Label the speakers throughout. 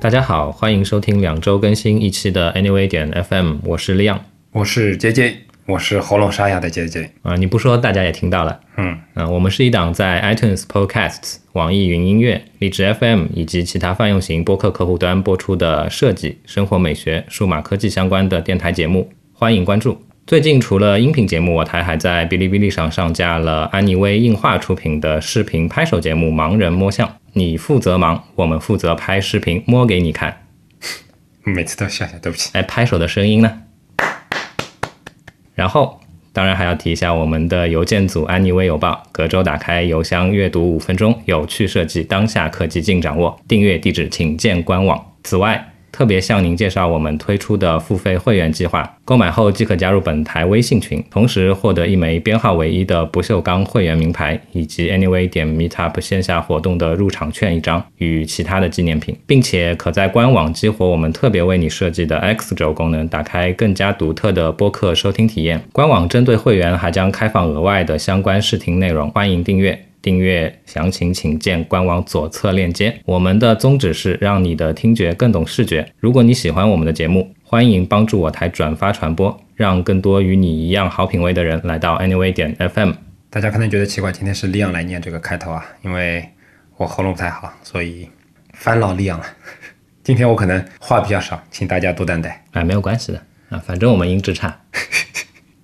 Speaker 1: 大家好，欢迎收听两周更新一期的 Anyway 点 FM，我是 Leon
Speaker 2: 我是杰杰，我是喉咙沙哑的杰杰。
Speaker 1: 啊、你不说大家也听到了。
Speaker 2: 嗯，
Speaker 1: 啊、我们是一档在 iTunes、Podcasts、网易云音乐、荔枝 FM 以及其他泛用型播客客户端播出的设计、生活美学、数码科技相关的电台节目，欢迎关注。最近除了音频节目，我台还在哔哩哔哩上上架了安妮微映画出品的视频拍手节目《盲人摸象》，你负责忙，我们负责拍视频摸给你看。
Speaker 2: 每次都笑笑，对不起。
Speaker 1: 哎，拍手的声音呢？然后，当然还要提一下我们的邮件组安妮微邮报，隔周打开邮箱阅读五分钟，有趣设计，当下科技尽掌握。订阅地址请见官网。此外，特别向您介绍我们推出的付费会员计划，购买后即可加入本台微信群，同时获得一枚编号为一的不锈钢会员名牌，以及 Anyway 点 Meetup 线下活动的入场券一张与其他的纪念品，并且可在官网激活我们特别为你设计的 X 轴功能，打开更加独特的播客收听体验。官网针对会员还将开放额外的相关试听内容，欢迎订阅。订阅详情请见官网左侧链接。我们的宗旨是让你的听觉更懂视觉。如果你喜欢我们的节目，欢迎帮助我台转发传播，让更多与你一样好品味的人来到 Anyway 点 FM。
Speaker 2: 大家可能觉得奇怪，今天是利昂来念这个开头啊，因为我喉咙不太好，所以烦劳利昂了。 今天我可能话比较少，请大家多担待。
Speaker 1: 哎，没有关系的啊，反正我们音质差。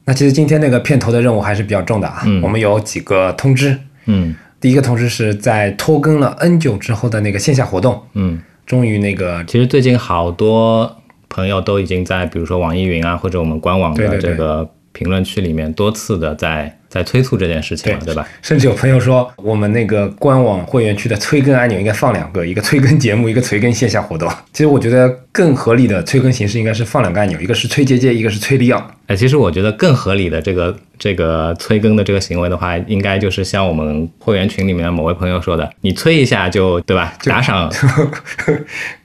Speaker 2: 那其实今天那个片头的任务还是比较重的啊，我们有几个通知。
Speaker 1: 嗯
Speaker 2: 第一个通知是在拖更了 N 久之后的那个线下活动，
Speaker 1: 嗯，
Speaker 2: 终于那个
Speaker 1: 其实最近好多朋友都已经在，比如说网易云啊，或者我们官网
Speaker 2: 对
Speaker 1: 的
Speaker 2: 对对
Speaker 1: 这个评论区里面多次的在在催促这件事情了，对吧？
Speaker 2: 甚至有朋友说，我们那个官网会员区的催更按钮应该放两个，一个催更节目，一个催更线下活动。其实我觉得更合理的催更形式应该是放两个按钮，一个是催杰杰，一个 是催利昂。
Speaker 1: 哎，其实我觉得更合理的这个这个催更的这个行为的话，应该就是像我们会员群里面某位朋友说的，你催一下就对吧？打赏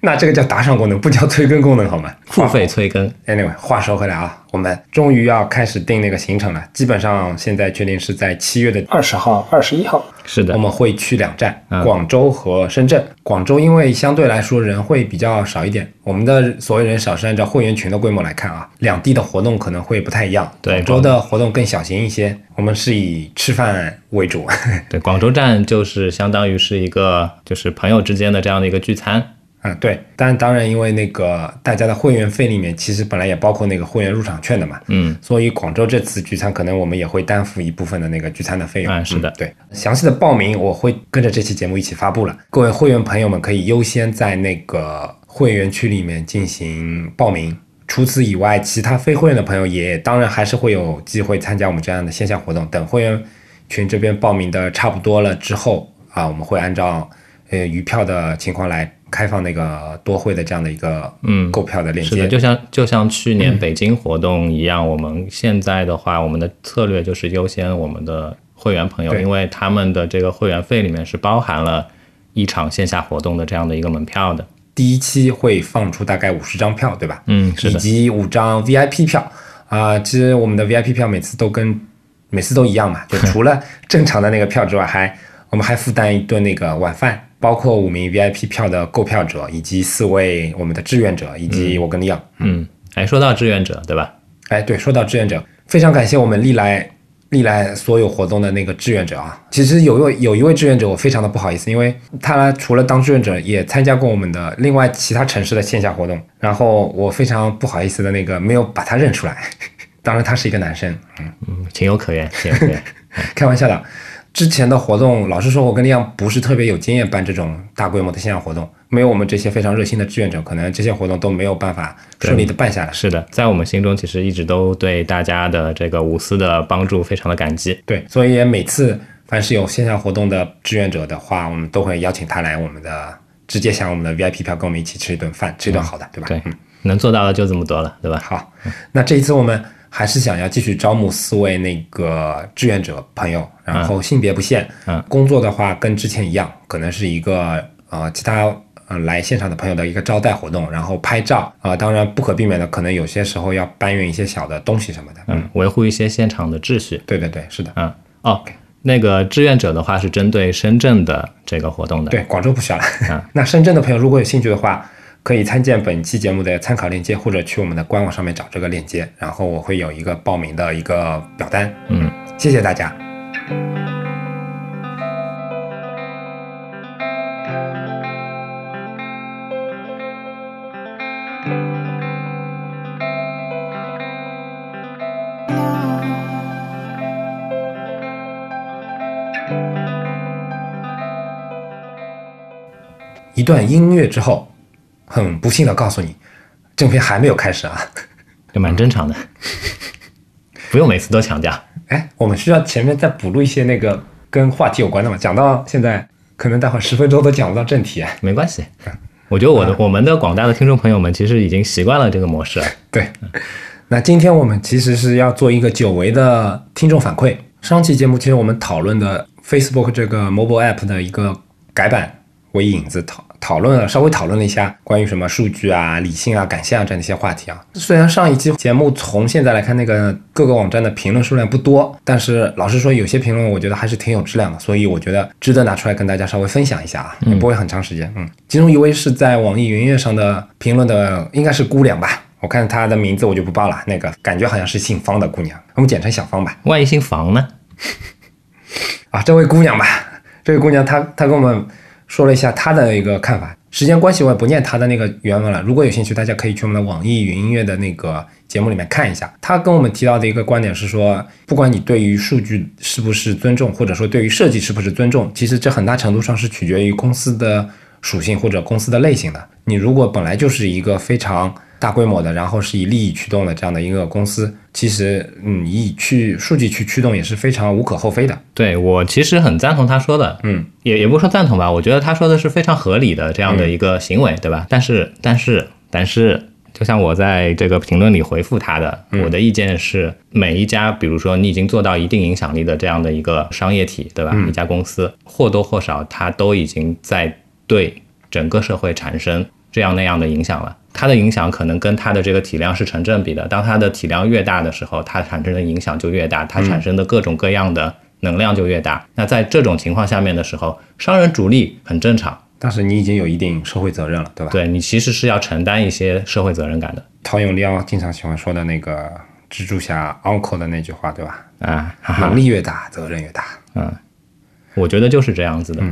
Speaker 2: 那这个叫打赏功能，不叫催更功能好吗？哎
Speaker 1: 付费催更，
Speaker 2: Anyway，话说回来啊，我们终于要开始定那个行程了。基本上现在确定是在七月的，
Speaker 3: 二十号、二十一号，
Speaker 1: 是
Speaker 2: 我
Speaker 1: 的，
Speaker 2: 们会去两站
Speaker 1: 嗯，
Speaker 2: 广州和深圳。广州因为相对来说人会比较少一点，我们的所谓人少是按照会员群的规模来看啊，两地的活动可能会不太一样。
Speaker 1: 对
Speaker 2: 广州的活动更小型一些，我们是以吃饭为主。
Speaker 1: 对，广州站就是相当于是一个就是朋友之间的这样的一个聚餐，
Speaker 2: 嗯，对，但当然，因为那个大家的会员费里面，其实本来也包括那个会员入场券的嘛，
Speaker 1: 嗯，
Speaker 2: 所以广州这次聚餐可能我们也会担负一部分的那个聚餐的费用。
Speaker 1: 嗯是的
Speaker 2: 对，详细的报名我会跟着这期节目一起发布了，各位会员朋友们可以优先在那个会员区里面进行报名。除此以外，其他非会员的朋友也当然还是会有机会参加我们这样的线下活动。等会员群这边报名的差不多了之后啊，我们会按照呃余票的情况来开放那个多会的这样的一个
Speaker 1: 嗯
Speaker 2: 购票的链
Speaker 1: 是
Speaker 2: 接。
Speaker 1: 的，就像就像去年北京活动一样，我们现在的话，我们的策略就是优先我们的会员朋友，
Speaker 2: 对
Speaker 1: 因为他们的这个会员费里面是包含了一场线下活动的这样的一个门票的，
Speaker 2: 第一期会放出大概五十张票，对吧？
Speaker 1: 嗯，是
Speaker 2: 以
Speaker 1: 的。
Speaker 2: 及五张 VIP 票啊、其实我们的 VIP 票每次都跟每次都一样 嘛，就除了正常的那个票之外，还我们还负担一顿那个晚饭，包括五名 VIP 票的购票者，以及四位我们的志愿者，以及我跟李昂。
Speaker 1: 嗯，哎，说到志愿者，对吧？
Speaker 2: 哎，对，说到志愿者，非常感谢我们历来历来所有活动的那个志愿者啊。其实有一位有一位志愿者，我非常的不好意思，因为他除了当志愿者，也参加过我们的另外其他城市的线下活动，然后我非常不好意思的那个没有把他认出来。 当然，他是一个男生，
Speaker 1: 嗯，情有 可原，情有可原。
Speaker 2: 开玩笑的。之前的活动，老实说，我跟亮不是特别有经验办这种大规模的线下活动，没有我们这些非常热心的志愿者，可能这些活动都没有办法顺利的办下来。
Speaker 1: 是的，在我们心中，其实一直都对大家的这个无私的帮助非常的感激。
Speaker 2: 对，所以也每次凡是有线下活动的志愿者的话，我们都会邀请他来我们的，直接享我们的 VIP 票，跟我们一起吃一顿饭，吃一顿好的，对吧？
Speaker 1: 嗯对，能做到的就这么多了，对吧？
Speaker 2: 好，那这一次我们还是想要继续招募四位那个志愿者朋友，然后性别不限，
Speaker 1: 嗯
Speaker 2: 工作的话跟之前一样，可能是一个呃其他。呃，来现场的朋友的一个招待活动，然后拍照啊、呃当然不可避免的，可能有些时候要搬运一些小的东西什么的。
Speaker 1: 嗯，维护一些现场的秩序。
Speaker 2: 对对对，是的，
Speaker 1: 嗯，哦，那个志愿者的话是针对深圳的这个活动的。
Speaker 2: 对，广州不需要了。
Speaker 1: 啊
Speaker 2: 那深圳的朋友如果有兴趣的话，可以参见本期节目的参考链接，或者去我们的官网上面找这个链接，然后我会有一个报名的一个表单。
Speaker 1: 嗯，
Speaker 2: 谢谢大家。一段音乐之后，很不幸的告诉你，正片还没有开始啊！
Speaker 1: 这蛮正常的， 不用每次都强调。
Speaker 2: 哎，我们需要前面再补录一些那个跟话题有关的嘛？讲到现在，可能待会儿十分钟都讲不到正题。啊
Speaker 1: 没关系，我觉得我的、我们的广大的听众朋友们其实已经习惯了这个模式了。
Speaker 2: 对，那今天我们其实是要做一个久违的听众反馈。上期节目其实我们讨论的 Facebook 这个 mobile app 的一个改版为引子讨讨论了，稍微讨论了一下关于什么数据啊、理性啊、感性啊这样的一些话题啊。虽然上一期节目从现在来看，那个各个网站的评论数量不多，但是老实说，有些评论我觉得还是挺有质量的，所以我觉得值得拿出来跟大家稍微分享一下啊，也不会很长时间。嗯，其中一位是在网易云音乐上的评论的，应该是姑娘吧。我看她的名字我就不报了，那个感觉好像是姓方的姑娘，我们简称小方吧。
Speaker 1: 万一姓房呢？
Speaker 2: 啊，这位姑娘吧，这位姑娘她她跟我们说了一下她的一个看法。时间关系，我也不念她的那个原文了。如果有兴趣，大家可以去我们的网易云音乐的那个节目里面看一下。她跟我们提到的一个观点是说，不管你对于数据是不是尊重，或者说对于设计是不是尊重，其实这很大程度上是取决于公司的属性或者公司的类型的。你如果本来就是一个非常大规模的，然后是以利益驱动的这样的一个公司，其实嗯，以去数据去驱动也是非常无可厚非的。
Speaker 1: 对我其实很赞同他说的，
Speaker 2: 嗯，
Speaker 1: 也也不是说赞同吧，我觉得他说的是非常合理的这样的一个行为，对吧？但是但是但是，就像我在这个评论里回复他的，我的意见是，每一家，比如说你已经做到一定影响力的这样的一个商业体，对吧？一家公司或多或少，它都已经在对整个社会产生这样那样的影响了。它的影响可能跟它的这个体量是成正比的。当它的体量越大的时候，它产生的影响就越大，它产生的各种各样的能量就越大。那在这种情况下面的时候，商人逐利很正常，
Speaker 2: 但是你已经有一定社会责任了，对吧？
Speaker 1: 对你其实是要承担一些社会责任感的
Speaker 2: 陶永利奥经常喜欢说的那个蜘蛛侠 uncle 的那句话，对吧？
Speaker 1: 啊。哈哈
Speaker 2: 能力越大，责任越大。
Speaker 1: 我觉得就是这样子的。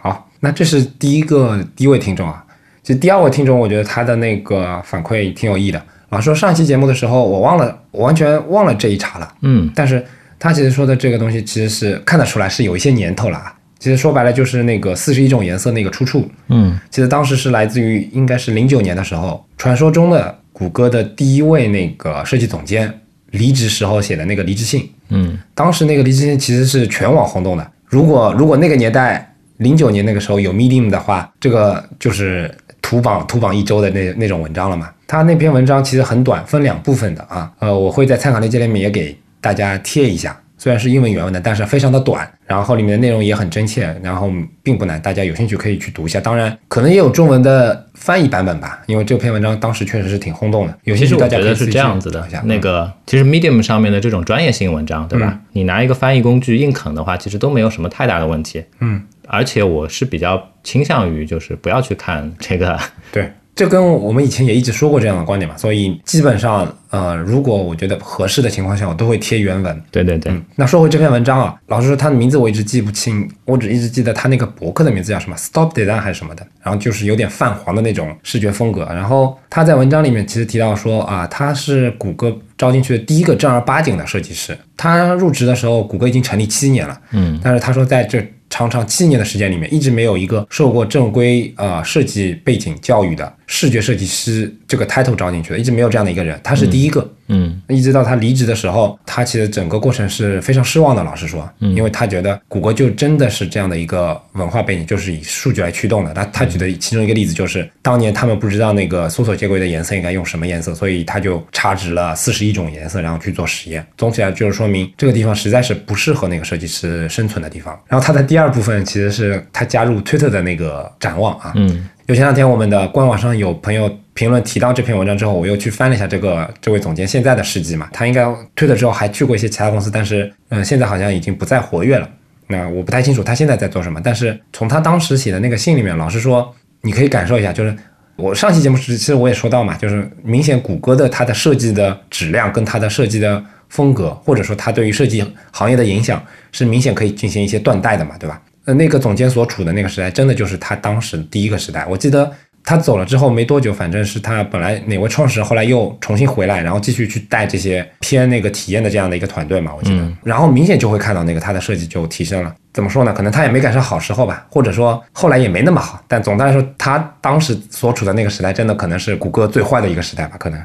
Speaker 2: 好，那这是第一个第一位听众啊。其实第二位听众，我觉得他的那个反馈挺有意义的。老实说，上期节目的时候，我忘了，我完全忘了这一茬了。
Speaker 1: 嗯，
Speaker 2: 但是他其实说的这个东西，其实是看得出来是有一些年头了啊。其实说白了就是那个四十一种颜色那个出处，
Speaker 1: 嗯，
Speaker 2: 其实当时是来自于应该是零九年的时候，传说中的谷歌的第一位那个设计总监离职时候写的那个离职信，
Speaker 1: 嗯，
Speaker 2: 当时那个离职信其实是全网轰动的。如果如果那个年代零九年那个时候有 Medium 的话，这个就是图榜图榜一周的那那种文章了嘛。他那篇文章其实很短，分两部分的啊。呃，我会在参考链接里面也给大家贴一下。虽然是英文原文的，但是非常的短，然后里面的内容也很真切，然后并不难，大家有兴趣可以去读一下。当然，可能也有中文的翻译版本吧，因为这篇文章当时确实是挺轰动的。有
Speaker 1: 其
Speaker 2: 兴
Speaker 1: 实
Speaker 2: 趣
Speaker 1: 我
Speaker 2: 大家
Speaker 1: 觉
Speaker 2: 可以
Speaker 1: 得
Speaker 2: 自
Speaker 1: 是
Speaker 2: 己
Speaker 1: 这样
Speaker 2: 去
Speaker 1: 子
Speaker 2: 找
Speaker 1: 的
Speaker 2: 一下，嗯
Speaker 1: 那个其实 Medium 上面的这种专业性文章，对吧？你拿一个翻译工具硬啃的话，其实都没有什么太大的问题。
Speaker 2: 嗯，
Speaker 1: 而且我是比较倾向于就是不要去看这个，
Speaker 2: 对，这跟我们以前也一直说过这样的观点嘛，所以基本上，呃，如果我觉得合适的情况下，我都会贴原文。
Speaker 1: 对对对，
Speaker 2: 嗯，那说回这篇文章啊，老实说，他的名字我一直记不清，我只一直记得他那个博客的名字叫什么，Stop Design 还是什么的，然后就是有点泛黄的那种视觉风格。然后他在文章里面其实提到说啊，他是谷歌招进去的第一个正儿八经的设计师。他入职的时候，谷歌已经成立七年了，
Speaker 1: 嗯，
Speaker 2: 但是他说在这长长七年的时间里面，一直没有一个受过正规呃设计背景教育的视觉设计师这个 title 招进去的，一直没有这样的一个人，他是第一个。
Speaker 1: 嗯
Speaker 2: 一直到他离职的时候，他其实整个过程是非常失望的。老实说，
Speaker 1: 嗯
Speaker 2: 因为他觉得谷歌就真的是这样的一个文化背景，就是以数据来驱动的。他他举的
Speaker 1: 嗯
Speaker 2: 其中一个例子就是，当年他们不知道那个搜索结果的颜色应该用什么颜色，所以他就查值了四十一种颜色，然后去做实验。总体来就是说明这个地方实在是不适合那个设计师生存的地方。然后他的第二部分其实是他加入 Twitter 的那个展望啊，
Speaker 1: 嗯
Speaker 2: 就前两天我们的官网上有朋友评论提到这篇文章之后，我又去翻了一下这个这位总监现在的事迹嘛，他应该退了之后还去过一些其他公司，但是嗯、呃现在好像已经不再活跃了。那我不太清楚他现在在做什么，但是从他当时写的那个信里面，老实说，你可以感受一下，就是我上期节目时其实我也说到嘛，就是明显谷歌的它的设计的质量跟它的设计的风格，或者说它对于设计行业的影响，是明显可以进行一些断代的嘛，对吧？呃，那个总监所处的那个时代，真的就是他当时第一个时代。我记得他走了之后没多久，反正是他本来哪位创始人后来又重新回来，然后继续去带这些偏那个体验的这样的一个团队嘛，我记得。然后明显就会看到那个他的设计就提升了。怎么说呢？可能他也没赶上好时候吧，或者说后来也没那么好。但总的来说，他当时所处的那个时代，真的可能是谷歌最坏的一个时代吧，可能。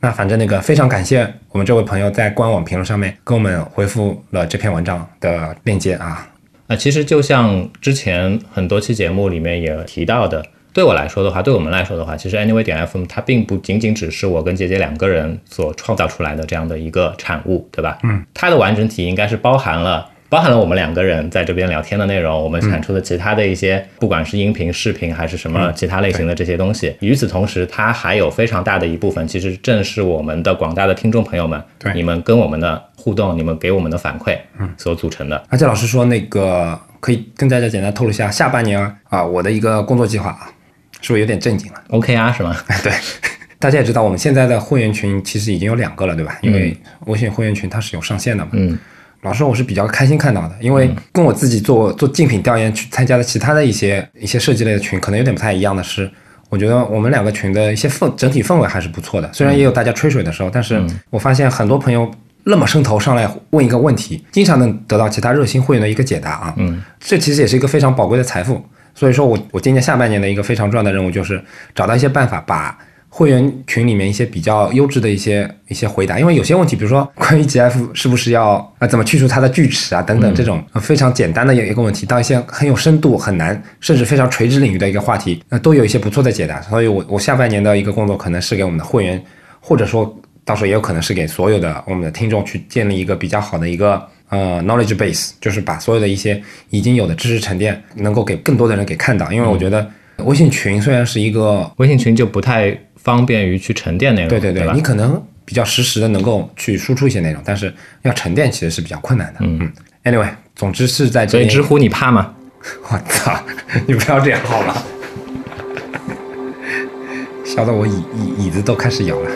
Speaker 2: 那反正那个非常感谢我们这位朋友在官网评论上面给我们回复了这篇文章的链接啊，
Speaker 1: 呃，其实就像之前很多期节目里面也提到的，对我来说的话，对我们来说的话，其实 Anyway 点 FM 它并不仅仅只是我跟姐姐两个人所创造出来的这样的一个产物，对吧？嗯，它的完整体应该是包含了。包含了我们两个人在这边聊天的内容，我们产出的其他的一些，不管是音频、视频还是什么其他类型的这些东西。与此同时，它还有非常大的一部分，其实正是我们的广大的听众朋友们，
Speaker 2: 对
Speaker 1: 你们跟我们的互动，你们给我们的反馈，嗯，所组成的。
Speaker 2: 而且老师说，那个可以跟大家简单透露一下下半年啊啊我的一个工作计划啊，是不是有点正经了？
Speaker 1: OK 啊，是吗？
Speaker 2: 对，大家也知道我们现在的会员群其实已经有两个了，对吧？因为微信会员群它是有上限的嘛。
Speaker 1: 嗯。
Speaker 2: 老师，我是比较开心看到的，因为跟我自己做做竞品调研去参加的其他的一些一些设计类的群，可能有点不太一样的是，我觉得我们两个群的一些氛整体氛围还是不错的，虽然也有大家吹水的时候，但是我发现很多朋友那么伸头上来问一个问题，经常能得到其他热心会员的一个解答啊。嗯，这其实也是一个非常宝贵的财富。所以说我我今年下半年的一个非常重要的任务就是找到一些办法把。会员群里面一些比较优质的一些一些回答，因为有些问题，比如说关于 GF 是不是要啊、呃怎么去除它的锯齿啊等等这种呃非常简单的一个问题，到一些很有深度、很难甚至非常垂直领域的一个话题，那、都有一些不错的解答。所以我我下半年的一个工作可能是给我们的会员，或者说到时候也有可能是给所有的我们的听众去建立一个比较好的一个呃 knowledge base，就是把所有的一些已经有的知识沉淀，能够给更多的人给看到。因为我觉得微信群虽然是一个
Speaker 1: 微信群就不太方便于去沉淀内容，
Speaker 2: 对对
Speaker 1: 对
Speaker 2: 对，
Speaker 1: 吧
Speaker 2: 你可能比较实时的能够去输出一些内容，但是要沉淀其实是比较困难的。嗯，anyway，总之是在这
Speaker 1: 所以
Speaker 2: 边。
Speaker 1: 知乎你怕吗？
Speaker 2: 我操， 你不要这样好吗？笑得我椅椅椅子都开始摇了。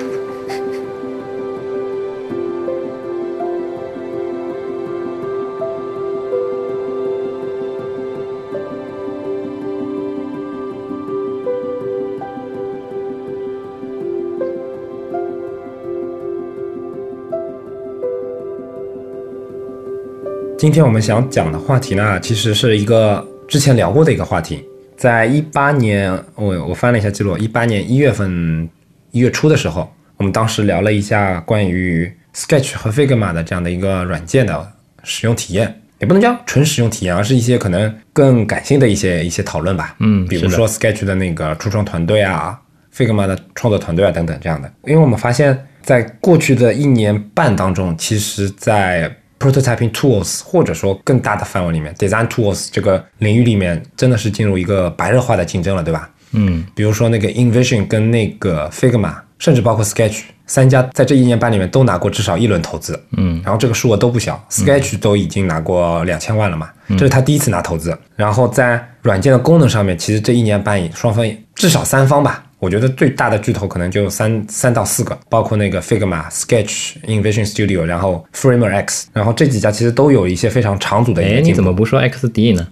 Speaker 2: 今天我们想讲的话题呢，其实是一个之前聊过的一个话题。在一八年，我我翻了一下记录，一八年一月份一月初的时候，我们当时聊了一下关于 Sketch 和 Figma 的这样的一个软件的使用体验，也不能叫纯使用体验，而是一些可能更感性的一些一些讨论吧。
Speaker 1: 嗯
Speaker 2: 比如
Speaker 1: 是的
Speaker 2: 说 Sketch 的那个初创团队啊，Figma 的创作团队啊等等这样的。因为我们发现，在过去的一年半当中，其实，在 prototyping tools 或者说更大的范围里面，design tools 这个领域里面，真的是进入一个白热化的竞争了，对吧？
Speaker 1: 嗯，
Speaker 2: 比如说那个 InVision 跟那个 Figma，甚至包括 Sketch 三家，在这一年半里面都拿过至少一轮投资，嗯，然后这个数额都不小，Sketch 都已经拿过两千万了嘛，这是他第一次拿投资。然后在软件的功能上面，其实这一年半以双方也至少三方吧。我觉得最大的巨头可能就三三到四个，包括那个 Figma、Sketch、InVision Studio，然后 Framer X，然后这几家其实都有一些非常长足的一
Speaker 1: 哎
Speaker 2: 个，
Speaker 1: 你
Speaker 2: 进步
Speaker 1: 怎。么不说 XD 呢？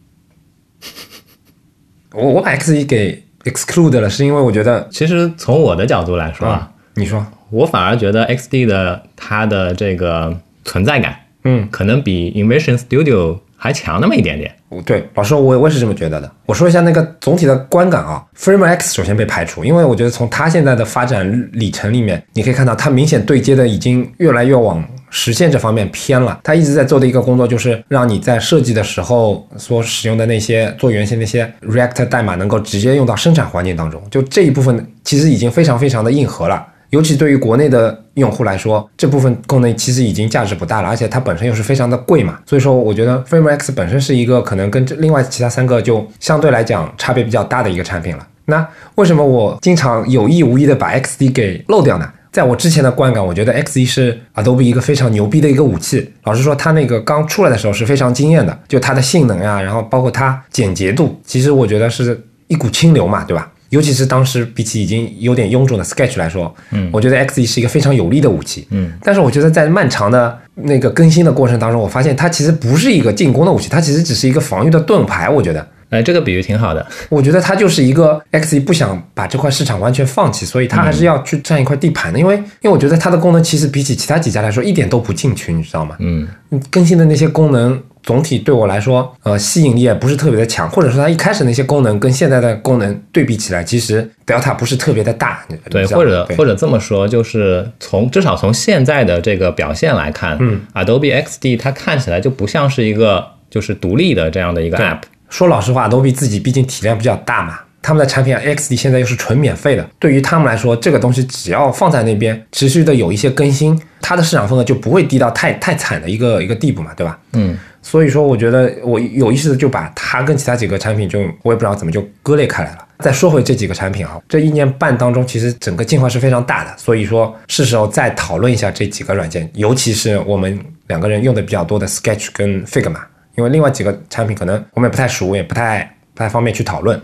Speaker 2: 我我把 X 一给 exclude 了，是因为我觉得
Speaker 1: 其实从我的角度来说啊
Speaker 2: 啊，，你说，
Speaker 1: 我反而觉得 XD 的它的这个存在感，
Speaker 2: 嗯，
Speaker 1: 可能比 Invasion Studio 还强那么一点点。
Speaker 2: 我嗯对，老师，我我也是这么觉得的。我说一下那个总体的观感啊，Frame X 首先被排除，因为我觉得从它现在的发展里程里面，你可以看到它明显对接的已经越来越往实现这方面偏了。它一直在做的一个工作就是让你在设计的时候所使用的那些做原先那些 React 代码能够直接用到生产环境当中，就这一部分其实已经非常非常的硬核了。尤其对于国内的用户来说，这部分功能其实已经价值不大了，而且它本身又是非常的贵嘛，所以说我觉得 Frame X 本身是一个可能跟这另外其他三个就相对来讲差别比较大的一个产品了。那为什么我经常有意无意的把 XD 给漏掉呢？在我之前的观感，我觉得 X 一是 Adobe 一个非常牛逼的一个武器。老实说，它那个刚出来的时候是非常惊艳啊的，就它的性能呀、然后包括它简洁度，其实我觉得是一股清流嘛，对吧？尤其是当时比起已经有点臃肿的 Sketch 来说，嗯，我觉得 XE 是一个非常有力的武器，
Speaker 1: 嗯，
Speaker 2: 但是我觉得在漫长的那个更新的过程当中，我发现它其实不是一个进攻的武器，它其实只是一个防御的盾牌，我觉得。
Speaker 1: 哎，这个比喻挺好的。
Speaker 2: 我觉得它就是一个 X 不想把这块市场完全放弃，所以它还
Speaker 1: 嗯
Speaker 2: 是要去占一块地盘的。因为因为我觉得它的功能其实比起其他几家来说一点都不进去，你知道吗？
Speaker 1: 嗯，
Speaker 2: 更新的那些功能总体对我来说，呃，吸引力也不是特别的强，或者说它一开始那些功能跟现在的功能对比起来，其实 Delta 不是特别的大。你
Speaker 1: 对，
Speaker 2: 你知道吗
Speaker 1: 或者
Speaker 2: 对
Speaker 1: 或者这么说，就是从至少从现在的这个表现来看，嗯，Adobe XD 它看起来就不像是一个就是独立的这样的一个 app。
Speaker 2: 说老实话，Adobe 自己毕竟体量比较大嘛，他们的产品 XD 现在又是纯免费的，对于他们来说，这个东西只要放在那边，持续的有一些更新，它的市场份额就不会低到太太惨的一个一个地步嘛，对吧？
Speaker 1: 嗯，
Speaker 2: 所以说，我觉得我有意识的就把它跟其他几个产品就我也不知道怎么就割裂开来了。再说回这几个产品啊，这一年半当中，其实整个进化是非常大的，所以说是时候再讨论一下这几个软件，尤其是我们两个人用的比较多的 Sketch 跟 Figma，因为另外几个产品可能我们也不太熟，也不太不太方便去讨论。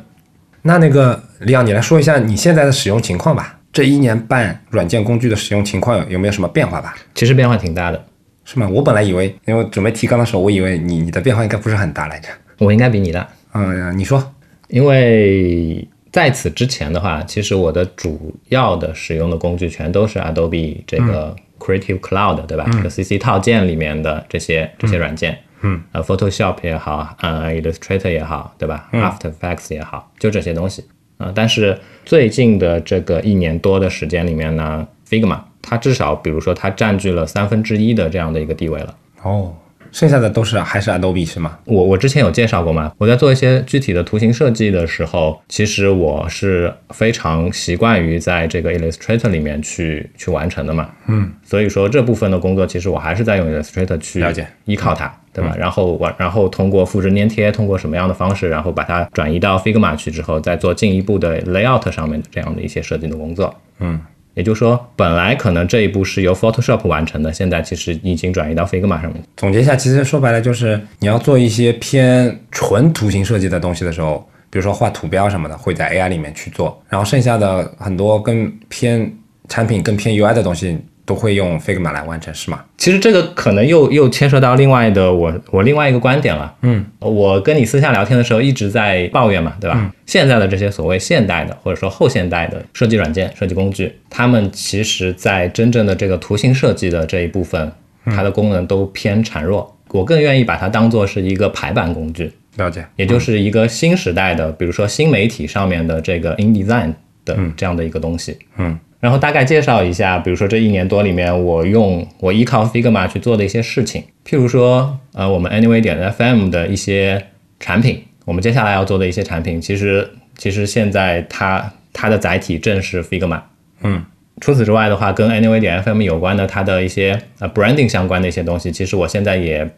Speaker 2: 那那个李昂，你来说一下你现在的使用情况吧，这一年半软件工具的使用情况有有没有什么变化吧？
Speaker 1: 其实变化挺大的。
Speaker 2: 是吗？我本来以为，因为我准备提纲的时候，我以为你你的变化应该不是很大来着。
Speaker 1: 我应该比你大，
Speaker 2: 嗯，你说，
Speaker 1: 因为在此之前的话，其实我的主要的使用的工具全都是 Adobe 这个 Creative Cloud，、对吧？这个 CC 套件里面的这些这些软件，嗯，呃，Photoshop 也好，呃，Illustrator 也好，对吧、a f t e r Effects 也好，就这些东西。啊、但是最近的这个一年多的时间里面呢，Figma 它至少，比如说它占据了三分之一的这样的一个地位了。
Speaker 2: 哦，剩下的都是还是 Adobe 是吗？
Speaker 1: 我我之前有介绍过嘛，我在做一些具体的图形设计的时候，其实我是非常习惯于在这个 Illustrator 里面去去完成的嘛，嗯，所以说这部分的工作其实我还是在用 Illustrator 去
Speaker 2: 了解嗯
Speaker 1: 依靠它，对吧？然后我然后通过复制粘贴，通过什么样的方式，然后把它转移到 Figma 去之后，再做进一步的 layout 上面的这样的一些设计的工作，
Speaker 2: 嗯，
Speaker 1: 也就是说，本来可能这一步是由 Photoshop 完成的，现在其实已经转移到 Figma 上面。
Speaker 2: 总结一下，其实说白了就是你要做一些偏纯图形设计的东西的时候，比如说画图标什么的，会在 AI 里面去做，然后剩下的很多更偏产品、更偏 UI 的东西，都会用 Figma 来完成，是吗？
Speaker 1: 其实这个可能又又牵涉到另外的我我另外一个观点了。嗯，我跟你私下聊天的时候一直在抱怨嘛，对吧？现在的这些所谓现代的或者说后现代的设计软件、设计工具，他们其实在真正的这个图形设计的这一部分，它的功能都偏孱弱。我更愿意把它当做是一个排版工具，
Speaker 2: 了解。
Speaker 1: 也就是一个新时代的，比如说新媒体上面的这个 InDesign 的这样的一个东西。
Speaker 2: 嗯，
Speaker 1: 然后大概介绍一下，比如说这一年多里面，我用我依靠 Figma 去做的一些事情，譬如说，呃，我们 Anyway 点 FM 的一些产品，我们接下来要做的一些产品，其实其实现在它它的载体正是 Figma。
Speaker 2: 嗯，
Speaker 1: 除此之外的话，跟 Anyway 点 FM 有关的它的一些呃 branding 相关的一些东西，其实我现在也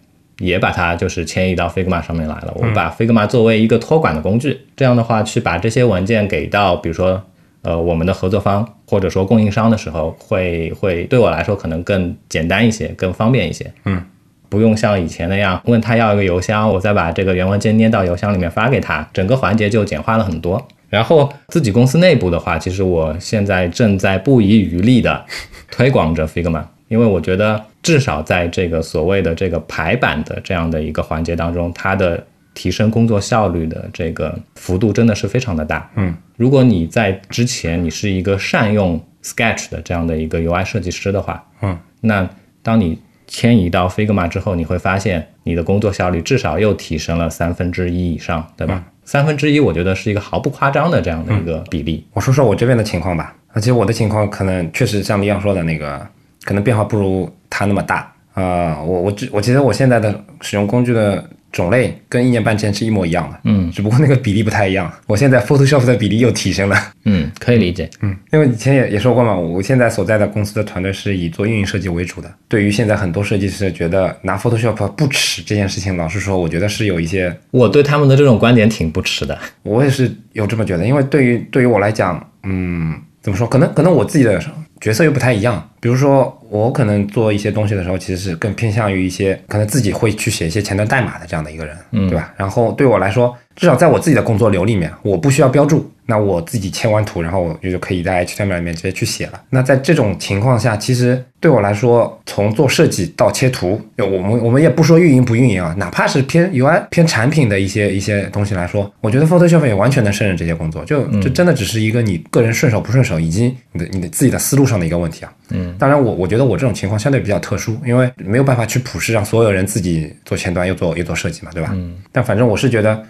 Speaker 1: 也把它就是迁移到 Figma 上面来了。我把 Figma 作为一个托管的工具，这样的话去把这些文件给到，比如说呃我们的合作方或者说供应商的时候，会会对我来说可能更简单一些，更方便一些。
Speaker 2: 嗯。
Speaker 1: 不用像以前那样问他要一个邮箱，我再把这个原文件捏到邮箱里面发给他，整个环节就简化了很多。然后自己公司内部的话，其实我现在正在不遗余力的推广着 Figma，因为我觉得至少在这个所谓的这个排版的这样的一个环节当中，它的提升工作效率的这个幅度真的是非常的大。
Speaker 2: 嗯，
Speaker 1: 如果你在之前你是一个善用 Sketch 的这样的一个 UI 设计师的话，
Speaker 2: 嗯，
Speaker 1: 那当你迁移到 Figma 之后，你会发现你的工作效率至少又提升了三分之一以上，对
Speaker 2: 嗯
Speaker 1: 吧？三分之一，我觉得是一个毫不夸张的这样的一个比例。
Speaker 2: 我说说我这边的情况吧。而且我的情况可能确实像李阳说的那个，可能变化不如他那么大。呃，我我只我觉得我现在的使用工具的种类跟一年半前是一模一样的，嗯，只不过那个比例不太一样。我现在 Photoshop 的比例又提升了，
Speaker 1: 嗯，可以理解。
Speaker 2: 嗯，因为以前也也说过嘛，我现在所在的公司的团队是以做运营设计为主的。对于现在很多设计师觉得拿 Photoshop 不耻这件事情，老实说，我觉得是有一些
Speaker 1: 我对他们的这种观点挺不耻的。
Speaker 2: 我也是有这么觉得，因为对于对于我来讲，嗯，怎么说？可能可能我自己的角色又不太一样。比如说，我可能做一些东西的时候，其实是更偏向于一些可能自己会去写一些前端代码的这样的一个人，嗯、对吧？然后对我来说，至少在我自己的工作流里面，我不需要标注，那我自己切完图，然后我就可以在 HTML 里面直接去写了。那在这种情况下，其实对我来说，从做设计到切图，就我们我们也不说运营不运营啊，哪怕是偏 UI 偏产品的一些一些东西来说，我觉得 Photoshop 也完全能胜任这些工作。就这真的只是一个你个人顺手不顺手，以及你的你的自己的思路上的一个问题啊。嗯，当然我我觉得我这种情况相对比较特殊，因为没有办法去普世让所有人自己做前端又做又做设计嘛，对吧？嗯，但反正我是觉得。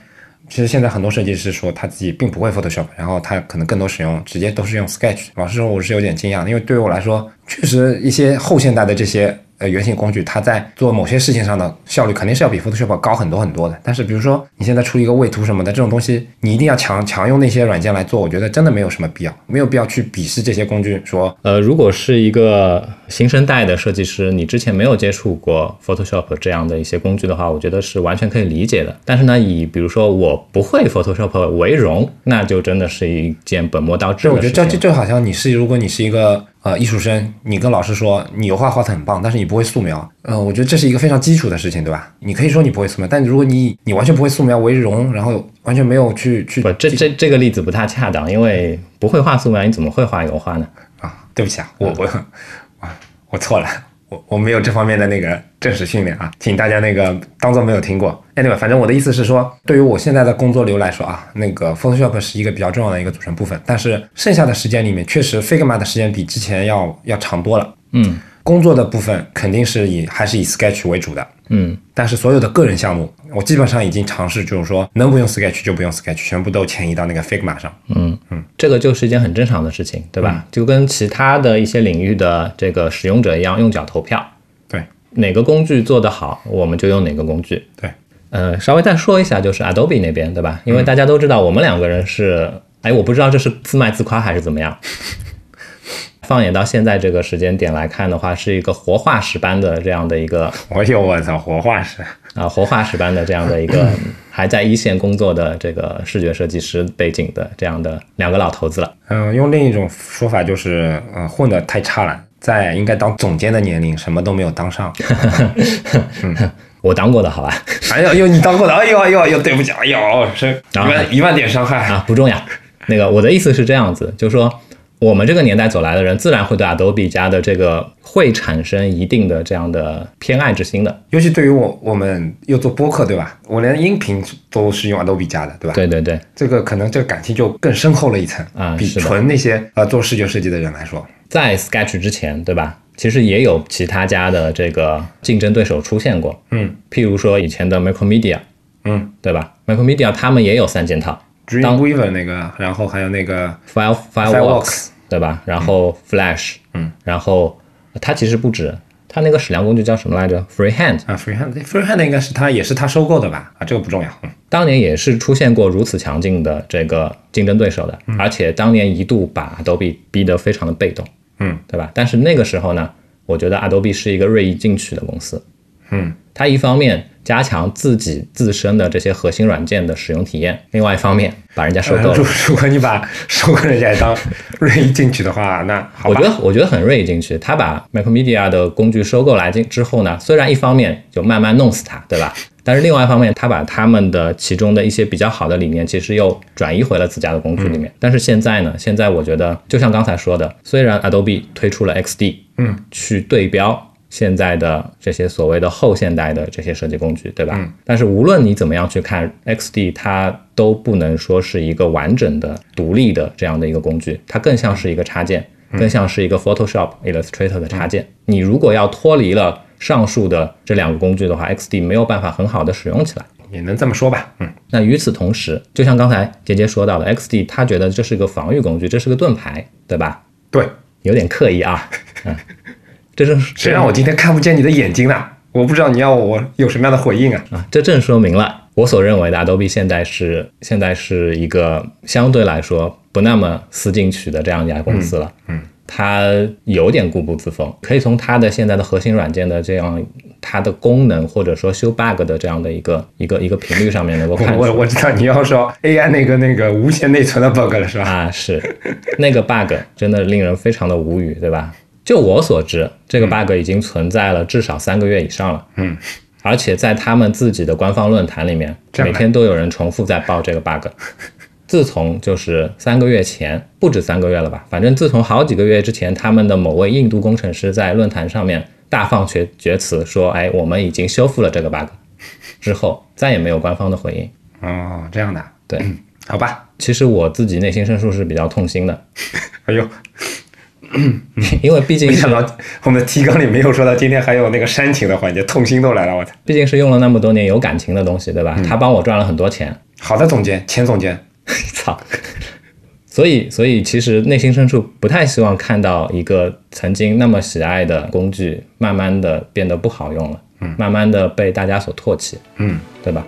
Speaker 2: 其实现在很多设计师说他自己并不会 Photoshop，然后他可能更多使用直接都是用 Sketch。老实说，我是有点惊讶的，因为对于我来说，确实一些后现代的这些呃原型工具，它在做某些事情上的效率肯定是要比 Photoshop 高很多很多的。但是比如说你现在出一个位图什么的这种东西，你一定要强强用那些软件来做，我觉得真的没有什么必要，没有必要去鄙视这些工具，说
Speaker 1: 呃，如果是一个新生代的设计师，你之前没有接触过 Photoshop 这样的一些工具的话，我觉得是完全可以理解的。但是呢，以比如说我不会 Photoshop 为荣，那就真的是一件本末倒置
Speaker 2: 对，我
Speaker 1: 的
Speaker 2: 觉
Speaker 1: 事
Speaker 2: 得这
Speaker 1: 情。
Speaker 2: 这就好像你是，如果你是一个呃艺术生，你跟老师说你油画画的很棒，但是你不会素描，呃，我觉得这是一个非常基础的事情，对吧？你可以说你不会素描，但如果你以你完全不会素描为荣，然后完全没有去去
Speaker 1: 不，这这这个例子不太恰当，因为不会画素描，你怎么会画油画呢？
Speaker 2: 啊，对不起啊，我我
Speaker 1: 嗯
Speaker 2: 啊，我错了，我我没有这方面的那个正式训练啊，请大家那个当做没有听过。Anyway，反正我的意思是说，对于我现在的工作流来说啊，那个 Photoshop 是一个比较重要的一个组成部分，但是剩下的时间里面，确实 Figma 的时间比之前要要长多了。
Speaker 1: 嗯
Speaker 2: 工作的部分肯定是以还是以 Sketch 为主的，
Speaker 1: 嗯
Speaker 2: 但是所有的个人项目，我基本上已经尝试，就是说能不用 Sketch 就不用 Sketch，全部都迁移到那个 Figma 上。
Speaker 1: 嗯嗯，这个就是一件很正常的事情，对吧？就跟其他的一些领域的这个使用者一样，用脚投票，
Speaker 2: 对
Speaker 1: 哪个工具做得好，我们就用哪个工具。
Speaker 2: 对，
Speaker 1: 呃，稍微再说一下，就是 Adobe 那边，对吧？因为大家都知道，我们两个人是，哎，我不知道这是自卖自夸还是怎么样。 放眼到现在这个时间点来看的话，是一个活化石般的这样的一个
Speaker 2: 我有我操，活化石。
Speaker 1: 啊、活化石般的这样的一个
Speaker 2: 嗯
Speaker 1: 还在一线工作的这个视觉设计师背景的这样的两个老头子了。
Speaker 2: 嗯、用另一种说法就是，呃，混得太差了，在应该当总监的年龄，什么都没有当上。 嗯
Speaker 1: 我当过的好吧？
Speaker 2: 哎呦，呦，你当过的，哎呦哎呦哎呦，对不起，哎呦，是一万一万点伤害。
Speaker 1: 啊，不重要。那个我的意思是这样子，就是说我们这个年代走来的人，自然会对 Adobe 家的这个会产生一定的这样的偏爱之心的。
Speaker 2: 尤其对于我，我们又做播客，对吧？我连音频都是用 Adobe 加的，对吧？
Speaker 1: 对对对，
Speaker 2: 这个可能这个感情就更深厚了一层
Speaker 1: 啊
Speaker 2: 比
Speaker 1: 是的
Speaker 2: 纯那些呃做视觉设计的人来说，
Speaker 1: 在 Sketch 之前，对吧？其实也有其他家的这个竞争对手出现过，
Speaker 2: 嗯，
Speaker 1: 譬如说以前的 Micromedia，
Speaker 2: 嗯，
Speaker 1: 对吧？Micromedia 他们也有三件套
Speaker 2: Dreamweaver 那个，然后还有那个
Speaker 1: File
Speaker 2: Fireworks
Speaker 1: Fireworks，对吧？然后 Flash，
Speaker 2: 嗯，
Speaker 1: 然后它其实不止，它那个矢量工具叫什么来着？Freehand，
Speaker 2: 啊 Freehand，Freehand 应该是他也是他收购的吧？啊，这个不重要。嗯
Speaker 1: 当年也是出现过如此强劲的这个竞争对手的，而且当年一度把 Adobe 逼得非常的被动，
Speaker 2: 嗯，
Speaker 1: 对吧？但是那个时候呢，我觉得 Adobe 是一个锐意进取的公司，
Speaker 2: 嗯，
Speaker 1: 它一方面加强自己自身的这些核心软件的使用体验，另外一方面把人家收购了
Speaker 2: 如。如果你把收购人家也当锐意进去的话，那好
Speaker 1: 我觉
Speaker 2: 吧，
Speaker 1: 得我觉得很锐意进取，他把 Macromedia 的工具收购来进之后呢，虽然一方面就慢慢弄死它， 对吧？但是另外一方面，他把他们的其中的一些比较好的理念，其实又转移回了自家的工具里
Speaker 2: 嗯
Speaker 1: 面。但是现在呢，现在我觉得就像刚才说的，虽然 Adobe 推出了 XD，
Speaker 2: 嗯，
Speaker 1: 去对标。现在的这些所谓的后现代的这些设计工具，对吧？
Speaker 2: 嗯
Speaker 1: 但是无论你怎么样去看 XD，它都不能说是一个完整的、独立的这样的一个工具，它更像是一个插件，更像是一个 Photoshop、Illustrator 的插件。你如果要脱离了上述的这两个工具的话，XD 没有办法很好的使用起来。
Speaker 2: 也能这么说吧。嗯，
Speaker 1: 那与此同时，就像刚才杰杰说到的，XD 他觉得这是个防御工具，这是个盾牌，对吧？
Speaker 2: 对，
Speaker 1: 有点刻意啊，嗯，这正是
Speaker 2: 谁让我今天看不见你的眼睛呢？我不知道你要我有什么样的回应啊？
Speaker 1: 啊，这正说明了我所认为的 Adobe 现在是现在是一个相对来说不那么思进取的这样一家公司了。嗯，它有点固步自封，可以从它的现在的核心软件的这样它的功能或者说修 bug 的这样的一个一个一个频率上面能够
Speaker 2: 我
Speaker 1: 看出
Speaker 2: 我我知道你要说 AI 那个那个无限内存的 bug 了是吧？
Speaker 1: 啊，是那个 bug 真的令人非常的无语，对吧？就我所知，这个 bug 已经存在了至少三个月以上了。
Speaker 2: 嗯，
Speaker 1: 而且在他们自己的官方论坛里面，
Speaker 2: 这样
Speaker 1: 每
Speaker 2: 的
Speaker 1: 天都有人重复在报这个 bug。自从就是三个月前，不止三个月了吧，反正自从好几个月之前，他们的某位印度工程师在论坛上面大放厥厥词，说：“哎，我们已经修复了这个 bug。”之后再也没有官方的回应。
Speaker 2: 哦，这样的啊，
Speaker 1: 对，
Speaker 2: 好吧。
Speaker 1: 其实我自己内心深处是比较痛心的，
Speaker 2: 哎呦，
Speaker 1: 因为毕竟
Speaker 2: 没
Speaker 1: 是
Speaker 2: 想 到我们的提纲里没有说到今天还有那个煽情的环节，痛心都来了，我操！
Speaker 1: 毕竟是用了那么多年有感情的东西，对
Speaker 2: 嗯
Speaker 1: 吧？他帮我赚了很多钱，
Speaker 2: 好的，总监，钱总监，
Speaker 1: 操！所以，所以其实内心深处不太希望看到一个曾经那么喜爱的工具，慢慢的变得不好用了，嗯，慢慢的被大家所唾弃，
Speaker 2: 嗯，
Speaker 1: 对吧？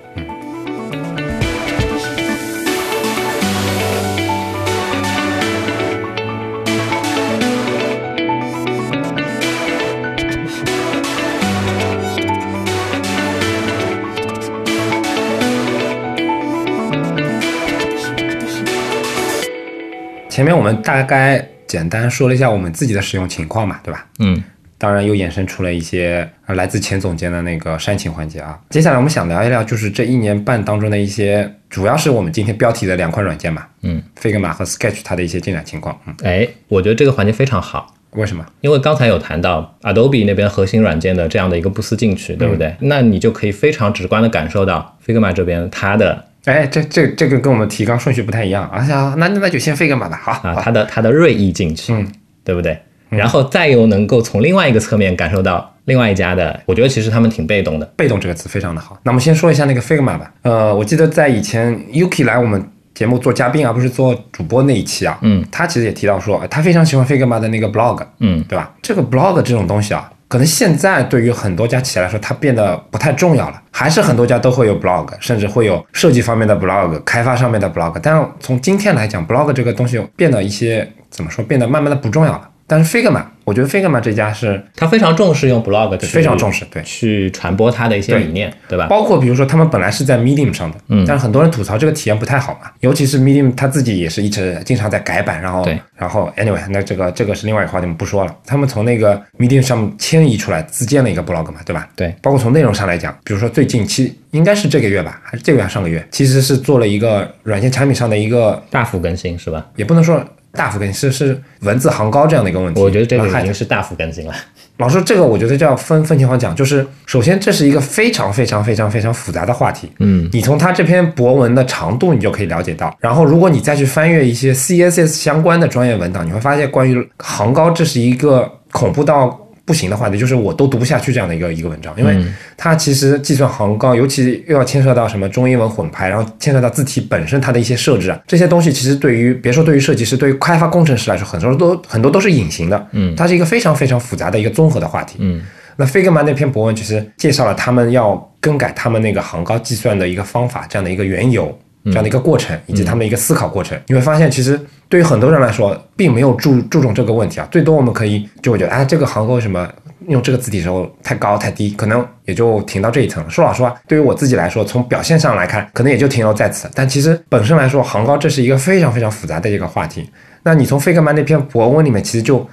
Speaker 2: 前面我们大概简单说了一下我们自己的使用情况嘛，对吧？
Speaker 1: 嗯，
Speaker 2: 当然又衍生出了一些呃来自钱总监的那个煽情环节啊。接下来我们想聊一聊，就是这一年半当中的一些，主要是我们今天标题的两款软件嘛，
Speaker 1: 嗯
Speaker 2: ，Figma 和 Sketch 它的一些进展情况。嗯，
Speaker 1: 哎，我觉得这个环节非常好，
Speaker 2: 为什么？
Speaker 1: 因为刚才有谈到 Adobe 那边核心软件的这样的一个不思进取，
Speaker 2: 嗯
Speaker 1: 对不对？那你就可以非常直观的感受到 Figma 这边它的
Speaker 2: 哎，这这这个跟我们提纲顺序不太一样啊。那那那就先 Figma 吧，好，
Speaker 1: 啊，它的它的锐意进取，
Speaker 2: 嗯
Speaker 1: 对不对？然后再又能够从另外一个侧面感受到另外一家的，我觉得其实他们挺被动的，
Speaker 2: 被动这个词非常的好。那我们先说一下那个 Figma 吧。呃，我记得在以前 Yuki 来我们节目做嘉宾而不是做主播那一期啊，
Speaker 1: 嗯，
Speaker 2: 他其实也提到说，呃他非常喜欢 Figma 的那个 blog，
Speaker 1: 嗯，
Speaker 2: 对吧？这个 blog 这种东西啊，可能现在对于很多家企业来说，它变得不太重要了，还是很多家都会有 blog，甚至会有设计方面的 blog、开发上面的 blog。但从今天来讲，blog 这个东西变得一些怎么说，变得慢慢的不重要了。但是 Figma，我觉得 Figma 这家是
Speaker 1: 他非常重视用 blog，去
Speaker 2: 非常重视，对。
Speaker 1: 去传播他的一些理念，对吧？
Speaker 2: 包括比如说他们本来是在 Medium 上的，嗯，但是很多人吐槽这个体验不太好嘛，尤其是 Medium 他自己也是一直经常在改版，然后
Speaker 1: 对，
Speaker 2: 然后 anyway，那这个这个是另外一个话题，我们不说了。他们从那个 Medium 上面迁移出来，自建了一个 blog 嘛，对吧？
Speaker 1: 对
Speaker 2: 包括从内容上来讲，比如说最近期应该是这个月吧，还是这个月还是上个月，其实是做了一个软件产品上的一个，
Speaker 1: 大幅更新是吧？
Speaker 2: 也不能说大幅更新，是是文字行高这样的一个问题。
Speaker 1: 我觉得这个
Speaker 2: 然后还
Speaker 1: 已经是大幅更新了，
Speaker 2: 老师，这个我觉得就要分分情况讲，就是首先这是一个非常非常非常非常复杂的话题，嗯，你从他这篇博文的长度你就可以了解到，然后如果你再去翻阅一些 CSS 相关的专业文档，你会发现关于行高这是一个恐怖到。不行的话题，就是我都读不下去这样的一个一个文章，因为它其实计算行高，尤其又要牵涉到什么中英文混排，然后牵涉到字体本身它的一些设置啊，这些东西其实对于别说对于设计师，对于开发工程师来说，很多都很多都是隐形的，嗯，它是一个非常非常复杂的一个综合的话题，嗯。那 Figma 那篇博文其实介绍了他们要更改他们那个行高计算的一个方法，这样的一个缘由，这样的一个过程，以及他们的一个思考过程。你会发现，其实对于很多人来说，并没有注注重这个问题啊。最多我们可以就会觉得，哎，这个行高为什么用这个字体时候太高太低，可能也就停到这一层了。说老实话，对于我自己来说，从表现上来看，可能也就停留在此。但其实本身来说，行高这是一个非常非常复杂的一个话题。那你从 Figma 那篇博文里面，其实就